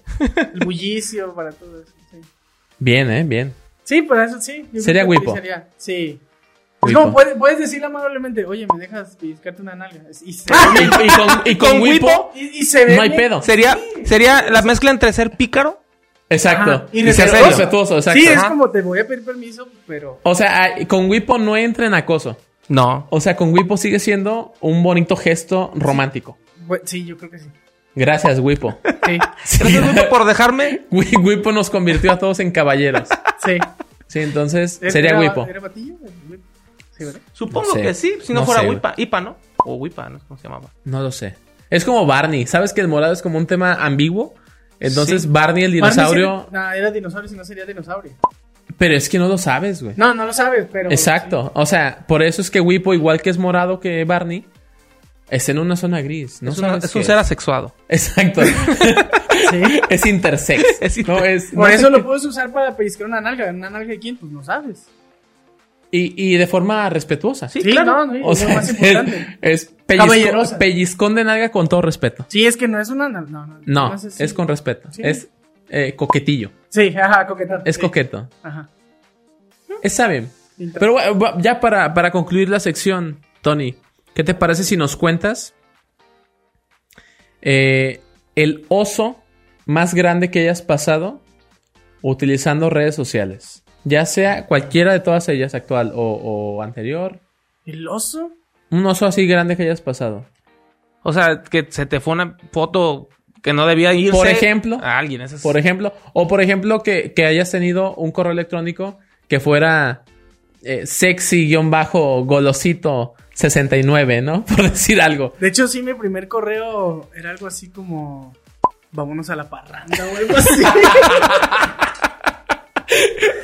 Speaker 5: el bullicio para todo eso. Sí,
Speaker 3: Bien, eh, bien.
Speaker 5: sí por eso sí. yo creo
Speaker 3: Sería
Speaker 5: que sí
Speaker 3: Wipo.
Speaker 5: sería, Sí. Es
Speaker 3: Wipo.
Speaker 5: como puedes, puedes decirle amablemente, oye, ¿me dejas pellizcarte una nalga? Y se,
Speaker 3: Y, y con, y Ah, con
Speaker 4: ¿Con
Speaker 3: Whippo,
Speaker 4: Whippo?
Speaker 5: y- y se ve.
Speaker 3: no hay pedo.
Speaker 4: Sería, sería la mezcla entre ser pícaro.
Speaker 3: Exacto.
Speaker 5: Ajá, y
Speaker 3: Y ser
Speaker 5: respetuoso.
Speaker 3: respetuoso, exacto.
Speaker 5: Sí, es
Speaker 4: Ajá.
Speaker 5: como te voy a pedir permiso, pero.
Speaker 3: O sea, ah, con Wipo no entra en acoso.
Speaker 4: No.
Speaker 3: O sea, con Wipo sigue siendo un bonito gesto romántico.
Speaker 5: Bueno, sí, yo creo que sí.
Speaker 3: Gracias, Wipo.
Speaker 5: Sí,
Speaker 4: Gracias Wipo, por dejarme.
Speaker 3: Wi- Wipo nos convirtió a todos en caballeros.
Speaker 5: sí.
Speaker 3: Sí, entonces
Speaker 5: ¿Era-
Speaker 3: sería
Speaker 5: era-
Speaker 3: Wipo.
Speaker 5: ¿Era batillo? Sí, ¿verdad?
Speaker 4: Supongo
Speaker 3: No sé.
Speaker 4: que sí, si no,
Speaker 3: No
Speaker 4: fuera
Speaker 3: sé,
Speaker 4: Wipa. Ipa, ¿no? O Wipa, no sé cómo se llamaba.
Speaker 3: No lo sé. Es como Barney. ¿Sabes que el morado es como un tema ambiguo? Entonces, Barney el dinosaurio.
Speaker 5: Barney sería- No, era dinosaurio, si no sería dinosaurio.
Speaker 3: Pero es que no lo sabes, güey.
Speaker 5: No, no lo sabes, pero.
Speaker 3: Exacto. O sea, por eso es que Wipo, igual que es morado que Barney, está en una zona gris. No
Speaker 4: es, una-
Speaker 3: sabes
Speaker 4: es un
Speaker 3: qué
Speaker 4: ser asexuado.
Speaker 3: Exacto.
Speaker 5: Sí.
Speaker 3: es intersex.
Speaker 4: Es
Speaker 3: No, es-
Speaker 5: Por
Speaker 3: no
Speaker 5: eso
Speaker 3: sé
Speaker 5: lo puedes usar para pellizcar una nalga. ¿Una nalga de quién? Pues no sabes.
Speaker 3: Y, y de forma respetuosa.
Speaker 5: Sí, no, no, y
Speaker 3: O
Speaker 5: es
Speaker 3: sea,
Speaker 5: lo más
Speaker 3: es,
Speaker 5: importante.
Speaker 3: es pellizco-
Speaker 5: Caballerosa.
Speaker 3: pellizcón de nalga con todo respeto.
Speaker 5: Sí, es que no es una nalga. No, no,
Speaker 3: No,
Speaker 5: nomás
Speaker 3: es con respeto.
Speaker 5: Sí.
Speaker 3: Es eh, coquetillo.
Speaker 5: Sí, ajá, coquetón.
Speaker 3: Es
Speaker 5: sí.
Speaker 3: coqueto.
Speaker 5: Ajá.
Speaker 3: Está bien.
Speaker 5: Inter-
Speaker 3: Pero bueno, va- ya para, para concluir la sección, Tony, ¿qué te parece si nos cuentas eh, el oso más grande que hayas pasado utilizando redes sociales? Ya sea cualquiera de todas ellas, actual o, o anterior.
Speaker 5: ¿El oso?
Speaker 3: Un oso así grande que hayas pasado.
Speaker 4: O sea, que se te fue una foto que no debía irse.
Speaker 3: Por ejemplo.
Speaker 4: A alguien. Eso es-
Speaker 3: Por ejemplo, o por ejemplo que, que hayas tenido un correo electrónico que fuera eh, sexy-golosito69, ¿no? Por decir algo.
Speaker 5: De hecho, sí, mi primer correo era algo así como. Vámonos a la parranda o algo así.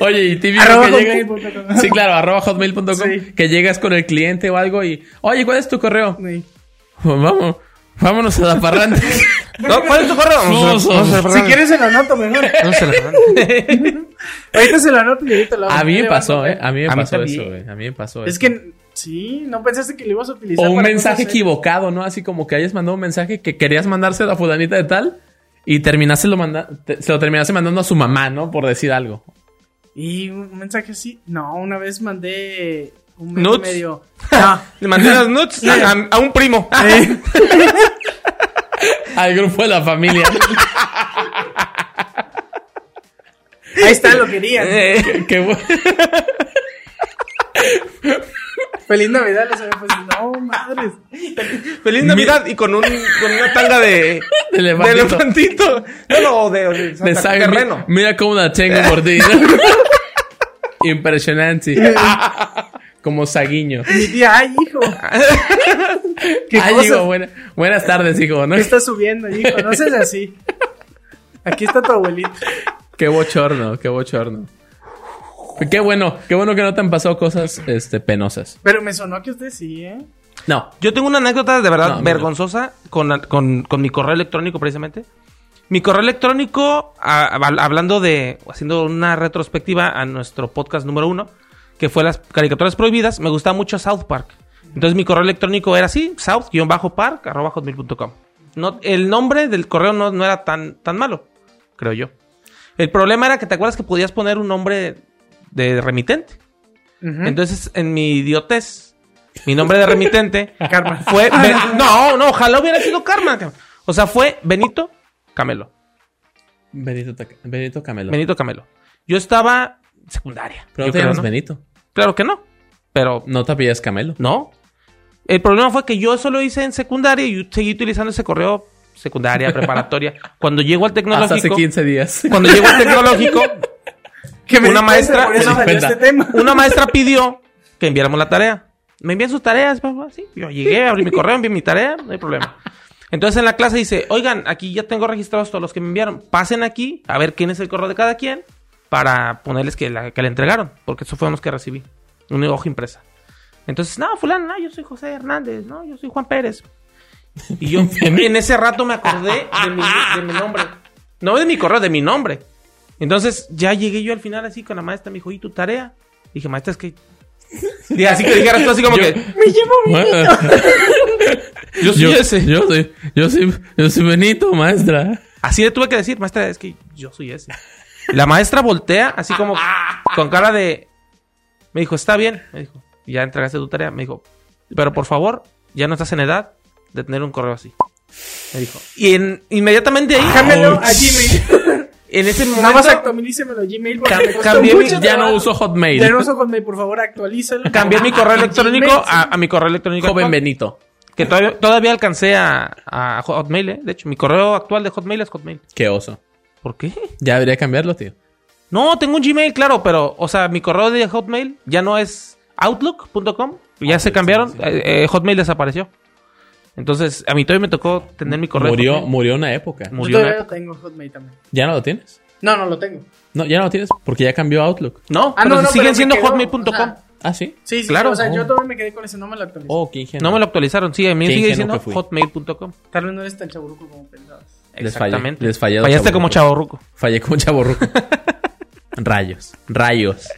Speaker 3: Oye, y típico
Speaker 5: Arroba
Speaker 3: que llega...
Speaker 5: hotmail.com.
Speaker 3: Sí, claro, arroba hotmail.com,
Speaker 5: Sí.
Speaker 3: que llegas con el cliente o algo y... Oye, ¿cuál es tu correo? Pues,
Speaker 5: Sí.
Speaker 3: Vamos, vámonos a la parranda.
Speaker 4: No, ¿Cuál es tu correo?
Speaker 3: Vamos,
Speaker 4: Vamos a-
Speaker 5: Si quieres se lo anoto mejor.
Speaker 4: vamos a- vamos
Speaker 5: Ahorita se lo anoto y ahorita lo
Speaker 3: a mí me
Speaker 5: le
Speaker 3: pasó,
Speaker 5: mando.
Speaker 3: ¿eh? A mí me
Speaker 4: A mí
Speaker 3: pasó
Speaker 4: también.
Speaker 3: eso, güey. A mí me pasó
Speaker 5: Es
Speaker 3: eso.
Speaker 5: que Sí, no pensaste que lo ibas a utilizar.
Speaker 3: O un
Speaker 5: para
Speaker 3: mensaje
Speaker 5: cosas serias?
Speaker 3: equivocado, ¿no? Así como que hayas mandado un mensaje que querías mandarse a la fulanita de tal y terminaste lo manda te- se lo terminaste mandando a su mamá, ¿no? Por decir algo.
Speaker 5: Y un mensaje así. No, una vez mandé un meme
Speaker 4: Nudes.
Speaker 5: medio. No,
Speaker 3: Ah.
Speaker 4: Le mandé unas nuts a, a- a un primo.
Speaker 3: Al grupo de la familia.
Speaker 5: ahí está, lo querían.
Speaker 3: Qué- qué bueno.
Speaker 5: Feliz Navidad, les había puesto. No, madres.
Speaker 4: Feliz Navidad y con, un, con una tanga de, de
Speaker 3: De elefantito.
Speaker 4: elefantito. No, no, de, de, Santa-
Speaker 3: De sangre.
Speaker 4: terreno.
Speaker 3: Mira cómo la tengo por ti. Impresionante. Como saguiño.
Speaker 5: Mi tía, ay, hijo. ¿Qué
Speaker 3: Ah,
Speaker 5: cosas?
Speaker 3: hijo, buena- buenas tardes, hijo, ¿no?
Speaker 5: ¿Qué estás subiendo, hijo? No seas así. Aquí está tu abuelito.
Speaker 3: Qué bochorno, qué bochorno. Qué bueno, qué bueno que no te han pasado cosas este, penosas.
Speaker 5: Pero me sonó que usted sí, ¿eh?
Speaker 3: No,
Speaker 4: Yo tengo una anécdota de
Speaker 3: No,
Speaker 4: verdad
Speaker 3: a mí no.
Speaker 4: vergonzosa con, la- con- con mi correo electrónico, precisamente. Mi correo electrónico, a- a- hablando de, haciendo una retrospectiva a nuestro podcast número uno, que fue las caricaturas prohibidas, me gustaba mucho South Park. Entonces mi correo electrónico era así, south-park.com. No, el nombre del correo no, no era tan, tan malo, creo yo. El problema era que te acuerdas que podías poner un nombre de remitente. Entonces, en mi idiotez, mi nombre de remitente
Speaker 5: Karma.
Speaker 4: fue. Ben- no, no, ojalá hubiera sido Karma. cabrón. O sea, fue Benito Camelo.
Speaker 3: Benito, Ta- Benito Camelo.
Speaker 4: Benito Camelo. Yo estaba secundaria. yo
Speaker 3: Pero no te
Speaker 4: creo,
Speaker 3: llamas
Speaker 4: ¿no?
Speaker 3: Benito.
Speaker 4: Claro que no. Pero
Speaker 3: No te apellidas Camelo.
Speaker 4: no. El problema fue que yo solo hice en secundaria y seguí utilizando ese correo secundaria, preparatoria. Cuando llego al tecnológico.
Speaker 3: Hasta hace 15 días.
Speaker 4: Cuando llego al tecnológico,
Speaker 5: Que me
Speaker 4: Una
Speaker 5: di cuenta,
Speaker 4: maestra-
Speaker 5: Por
Speaker 3: Me
Speaker 5: eso
Speaker 3: di
Speaker 5: salió
Speaker 3: cuenta.
Speaker 5: este tema.
Speaker 4: una maestra pidió que enviáramos la tarea. Me envían sus tareas, papá. Sí, yo llegué, abrí mi correo, envié mi tarea, no hay problema. Entonces en la clase dice, oigan, aquí ya tengo registrados todos los que me enviaron. Pasen aquí a ver quién es el correo de cada quien para ponerles que, la, que le entregaron, porque eso fueron los que recibí. Una hoja impresa. Entonces, no, fulano, no, yo soy José Hernández, no, yo soy Juan Pérez. Y yo en ese rato me acordé de mi, de mi nombre. No de mi correo, de mi nombre. Entonces ya llegué yo al final así con la maestra, me dijo, ¿y tu tarea? Dije, maestra, es que... Y así que dijeras tú así como que... Oh, Yo soy
Speaker 3: yo,
Speaker 4: ese.
Speaker 3: Yo soy, yo soy, yo soy Benito, maestra.
Speaker 4: Así le tuve que decir, maestra, es que yo soy ese. La maestra voltea así como con cara de... Me dijo, está bien. Me dijo, ya entregaste tu tarea. Me dijo, pero por favor, ya no estás en edad de tener un correo así. Me dijo. Y en- inmediatamente ahí...
Speaker 5: Cámbialo a Gmail.
Speaker 4: En ese momento...
Speaker 5: Nada más actualícemelo a Gmail porque
Speaker 4: Cam-
Speaker 5: me costó
Speaker 4: cambié mi-
Speaker 5: mucho
Speaker 3: Ya no
Speaker 5: trabajo.
Speaker 3: uso Hotmail.
Speaker 5: Ya no uso Hotmail, por favor, actualízalo.
Speaker 4: Cambié mi correo electrónico
Speaker 5: Gmail, sí.
Speaker 4: a, a mi correo electrónico.
Speaker 3: Joven
Speaker 4: actual,
Speaker 3: Benito.
Speaker 4: Que todavía, todavía alcancé a, a Hotmail, ¿eh? De hecho, mi correo actual de Hotmail es Hotmail.
Speaker 3: Qué oso.
Speaker 4: ¿Por qué?
Speaker 3: Ya debería cambiarlo, tío.
Speaker 4: No, tengo un Gmail, claro, pero, o sea, mi correo de Hotmail ya no es Outlook.com.
Speaker 3: Ah,
Speaker 4: Ya se cambiaron. eh, eh, Hotmail desapareció. Entonces, a mí todavía me tocó tener mi correo.
Speaker 3: Murió,
Speaker 4: Hotmail.
Speaker 3: murió una época.
Speaker 5: Yo
Speaker 4: Murió.
Speaker 5: todavía
Speaker 4: una-
Speaker 5: lo tengo Hotmail también.
Speaker 3: ¿Ya no lo tienes?
Speaker 5: No, no lo tengo.
Speaker 3: No, ya no lo tienes porque ya cambió Outlook.
Speaker 4: No,
Speaker 5: Ah,
Speaker 4: pero
Speaker 5: no, no, pero
Speaker 4: siguen
Speaker 5: me
Speaker 4: siendo
Speaker 5: quedó,
Speaker 4: Hotmail.com.
Speaker 5: o sea,
Speaker 3: Ah, sí.
Speaker 5: Sí, sí,
Speaker 4: Claro.
Speaker 5: o sea,
Speaker 3: Oh.
Speaker 5: yo todavía me quedé con ese, no me lo actualicé.
Speaker 3: Oh, qué ingenuo.
Speaker 4: no me lo actualizaron. Sí, a mí
Speaker 3: Qué
Speaker 4: sigue
Speaker 3: ingenuo
Speaker 4: siendo
Speaker 3: que fui.
Speaker 4: Hotmail.com.
Speaker 5: Tal vez no eres tan chaburuco como pensabas.
Speaker 3: Les fallé, les fallé a los
Speaker 4: Fallaste como
Speaker 3: chavorrucos.
Speaker 4: chavorruco.
Speaker 3: Fallé como chaborruco. Rayos. Rayos.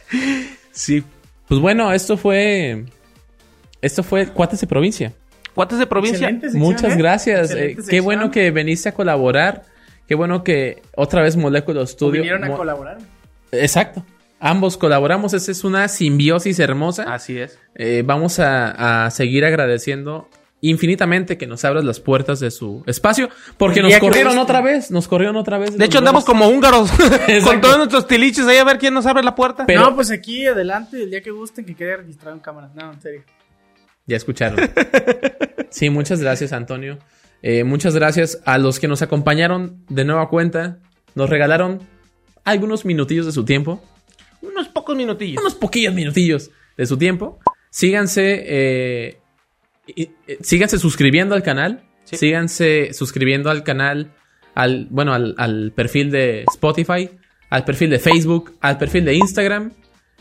Speaker 4: Sí.
Speaker 3: Pues bueno, esto fue. Esto fue Cuates de Provincia.
Speaker 4: ¿Cuántas de provincia?
Speaker 5: Excelente sección,
Speaker 3: Muchas
Speaker 5: ¿eh?
Speaker 3: gracias.
Speaker 5: Excelente
Speaker 3: Eh, qué
Speaker 5: sección.
Speaker 3: bueno que veniste a colaborar. Qué bueno que otra vez Molecular
Speaker 5: O
Speaker 3: Studio.
Speaker 5: Vinieron a
Speaker 3: Mo-
Speaker 5: colaborar.
Speaker 3: Exacto. Ambos colaboramos. Esa es una simbiosis hermosa.
Speaker 4: Así es.
Speaker 3: Eh, vamos a, a seguir agradeciendo infinitamente que nos abras las puertas de su espacio. Porque
Speaker 5: El
Speaker 3: nos
Speaker 5: día que
Speaker 3: corrieron
Speaker 5: guste.
Speaker 3: otra vez. Nos corrieron otra vez.
Speaker 4: De hecho, andamos
Speaker 3: como
Speaker 4: como húngaros con todos nuestros tiliches ahí a ver quién nos abre la puerta.
Speaker 3: Pero-
Speaker 5: No, pues aquí adelante, el día que gusten, que quede registrado en cámara. No, en serio.
Speaker 3: Ya escucharon. sí, muchas gracias, Antonio. Eh, muchas gracias a los que nos acompañaron de nueva cuenta. Nos regalaron algunos minutillos de su tiempo.
Speaker 4: unos pocos minutillos.
Speaker 3: Unos poquillos minutillos de su tiempo. Síganse. eh, y- eh, síganse suscribiendo al canal.
Speaker 4: Sí.
Speaker 3: Síganse suscribiendo al canal. Al, bueno, al, al perfil de Spotify. Al perfil de Facebook. Al perfil de Instagram.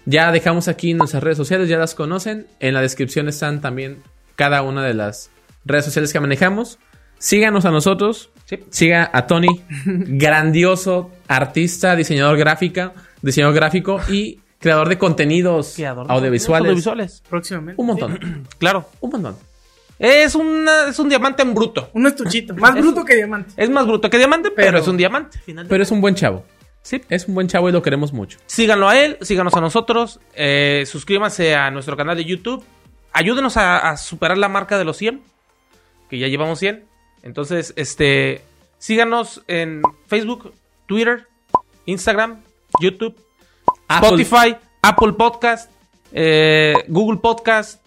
Speaker 3: Ya dejamos aquí nuestras redes sociales, ya las conocen. En la descripción están también cada una de las redes sociales que manejamos. Síganos a nosotros.
Speaker 4: Sí.
Speaker 3: Siga a Tony, grandioso artista, diseñador gráfica, diseñador gráfico y creador de contenidos
Speaker 4: Creador de
Speaker 3: audiovisuales.
Speaker 4: audiovisuales.
Speaker 5: Próximamente.
Speaker 3: Un montón,
Speaker 4: Claro.
Speaker 3: un montón.
Speaker 4: Es, una, es un diamante en bruto.
Speaker 5: Un estuchito. Más
Speaker 4: Eso.
Speaker 5: bruto que diamante.
Speaker 4: Es más bruto que diamante, pero,
Speaker 5: Pero-
Speaker 4: es un diamante. Final de-
Speaker 3: Pero es un buen chavo.
Speaker 4: Sí.
Speaker 3: Es un buen chavo y lo queremos mucho.
Speaker 4: Síganlo a él, síganos a nosotros, eh, suscríbanse a nuestro canal de YouTube, ayúdenos a, a superar la marca de los 100, que ya llevamos 100. Entonces, este, síganos en Facebook, Twitter, Instagram, YouTube,
Speaker 3: Apple-
Speaker 4: Spotify, Apple Podcast, eh, Google Podcast.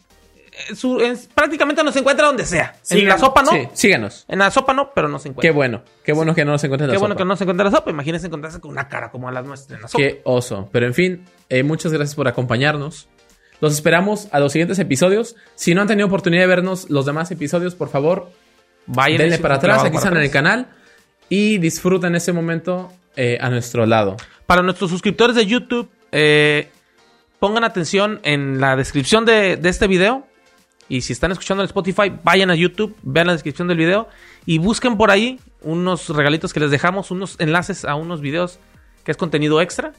Speaker 4: eh, su- en- prácticamente nos encuentra donde sea. en la
Speaker 5: Síganos,
Speaker 4: sopa no.
Speaker 3: Sí, síganos.
Speaker 4: En la sopa no, pero nos encuentra.
Speaker 3: Qué bueno. Qué bueno que no nos encuentren en
Speaker 4: Qué
Speaker 3: la
Speaker 4: bueno
Speaker 3: sopa.
Speaker 4: que no se encuentra la sopa. Imagínense encontrarse con una cara como la nuestra en la sopa.
Speaker 3: Qué oso. Pero en fin, eh, muchas gracias por acompañarnos. Los esperamos a los siguientes episodios. Si no han tenido oportunidad de vernos los demás episodios, por favor,
Speaker 4: Vayan
Speaker 3: denle
Speaker 4: sí,
Speaker 3: para
Speaker 4: un
Speaker 3: atrás.
Speaker 4: trabajo
Speaker 3: Aquí
Speaker 4: para
Speaker 3: están en el
Speaker 4: atrás.
Speaker 3: canal. Y disfruten ese momento eh, a nuestro lado.
Speaker 4: Para nuestros suscriptores de YouTube, eh, pongan atención en la descripción de, de este video. Y si están escuchando en Spotify, vayan a YouTube, vean la descripción del video y busquen por ahí unos regalitos que les dejamos, unos enlaces a unos videos que es contenido extra.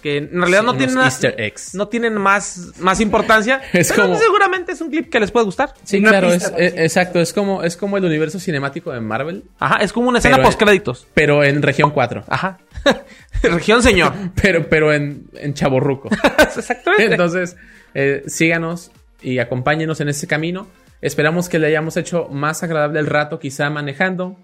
Speaker 4: Que en realidad no
Speaker 3: Unos
Speaker 4: tienen, na-
Speaker 3: Easter eggs.
Speaker 4: no tienen más, más importancia.
Speaker 3: Es
Speaker 4: pero
Speaker 3: como-
Speaker 4: seguramente es un clip que les puede gustar.
Speaker 3: Sí,
Speaker 5: Una
Speaker 3: claro,
Speaker 5: pista
Speaker 3: es,
Speaker 5: para
Speaker 3: eh, exacto. Es como, es como el universo cinemático de Marvel,
Speaker 4: Ajá, es como una escena
Speaker 3: Pero- eh,
Speaker 4: post créditos.
Speaker 3: pero en región 4.
Speaker 4: Ajá. Región señor.
Speaker 3: Pero, pero en, en Chaborruco.
Speaker 4: Exactamente.
Speaker 3: Entonces, eh, síganos y acompáñenos en este camino. Esperamos que le hayamos hecho más agradable el rato, quizá manejando,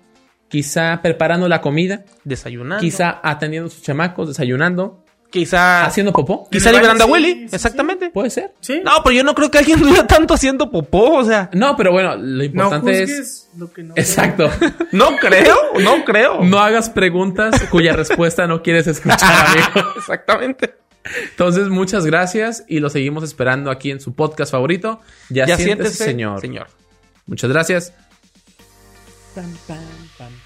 Speaker 3: quizá preparando la comida,
Speaker 4: Desayunando.
Speaker 3: quizá atendiendo a sus chamacos, desayunando,
Speaker 4: Quizá.
Speaker 3: haciendo popó.
Speaker 4: Quizá
Speaker 5: Pero
Speaker 4: liberando a
Speaker 5: bueno, sí,
Speaker 4: Willy.
Speaker 5: sí, sí.
Speaker 4: Exactamente.
Speaker 3: ¿Puede ser?
Speaker 5: Sí.
Speaker 4: No, pero yo no creo que alguien dure tanto haciendo popó, o sea.
Speaker 3: No, pero bueno, lo
Speaker 5: No
Speaker 3: importante
Speaker 5: juzgues
Speaker 3: es...
Speaker 5: lo que no.
Speaker 3: Exacto.
Speaker 4: No creo, no creo.
Speaker 3: No hagas preguntas cuya respuesta no quieres escuchar, amigo.
Speaker 4: Exactamente.
Speaker 3: Entonces, muchas gracias y lo seguimos esperando aquí en su podcast favorito. Ya, siéntese, señor.
Speaker 4: señor.
Speaker 3: Muchas gracias.
Speaker 7: Pam, pam, pam,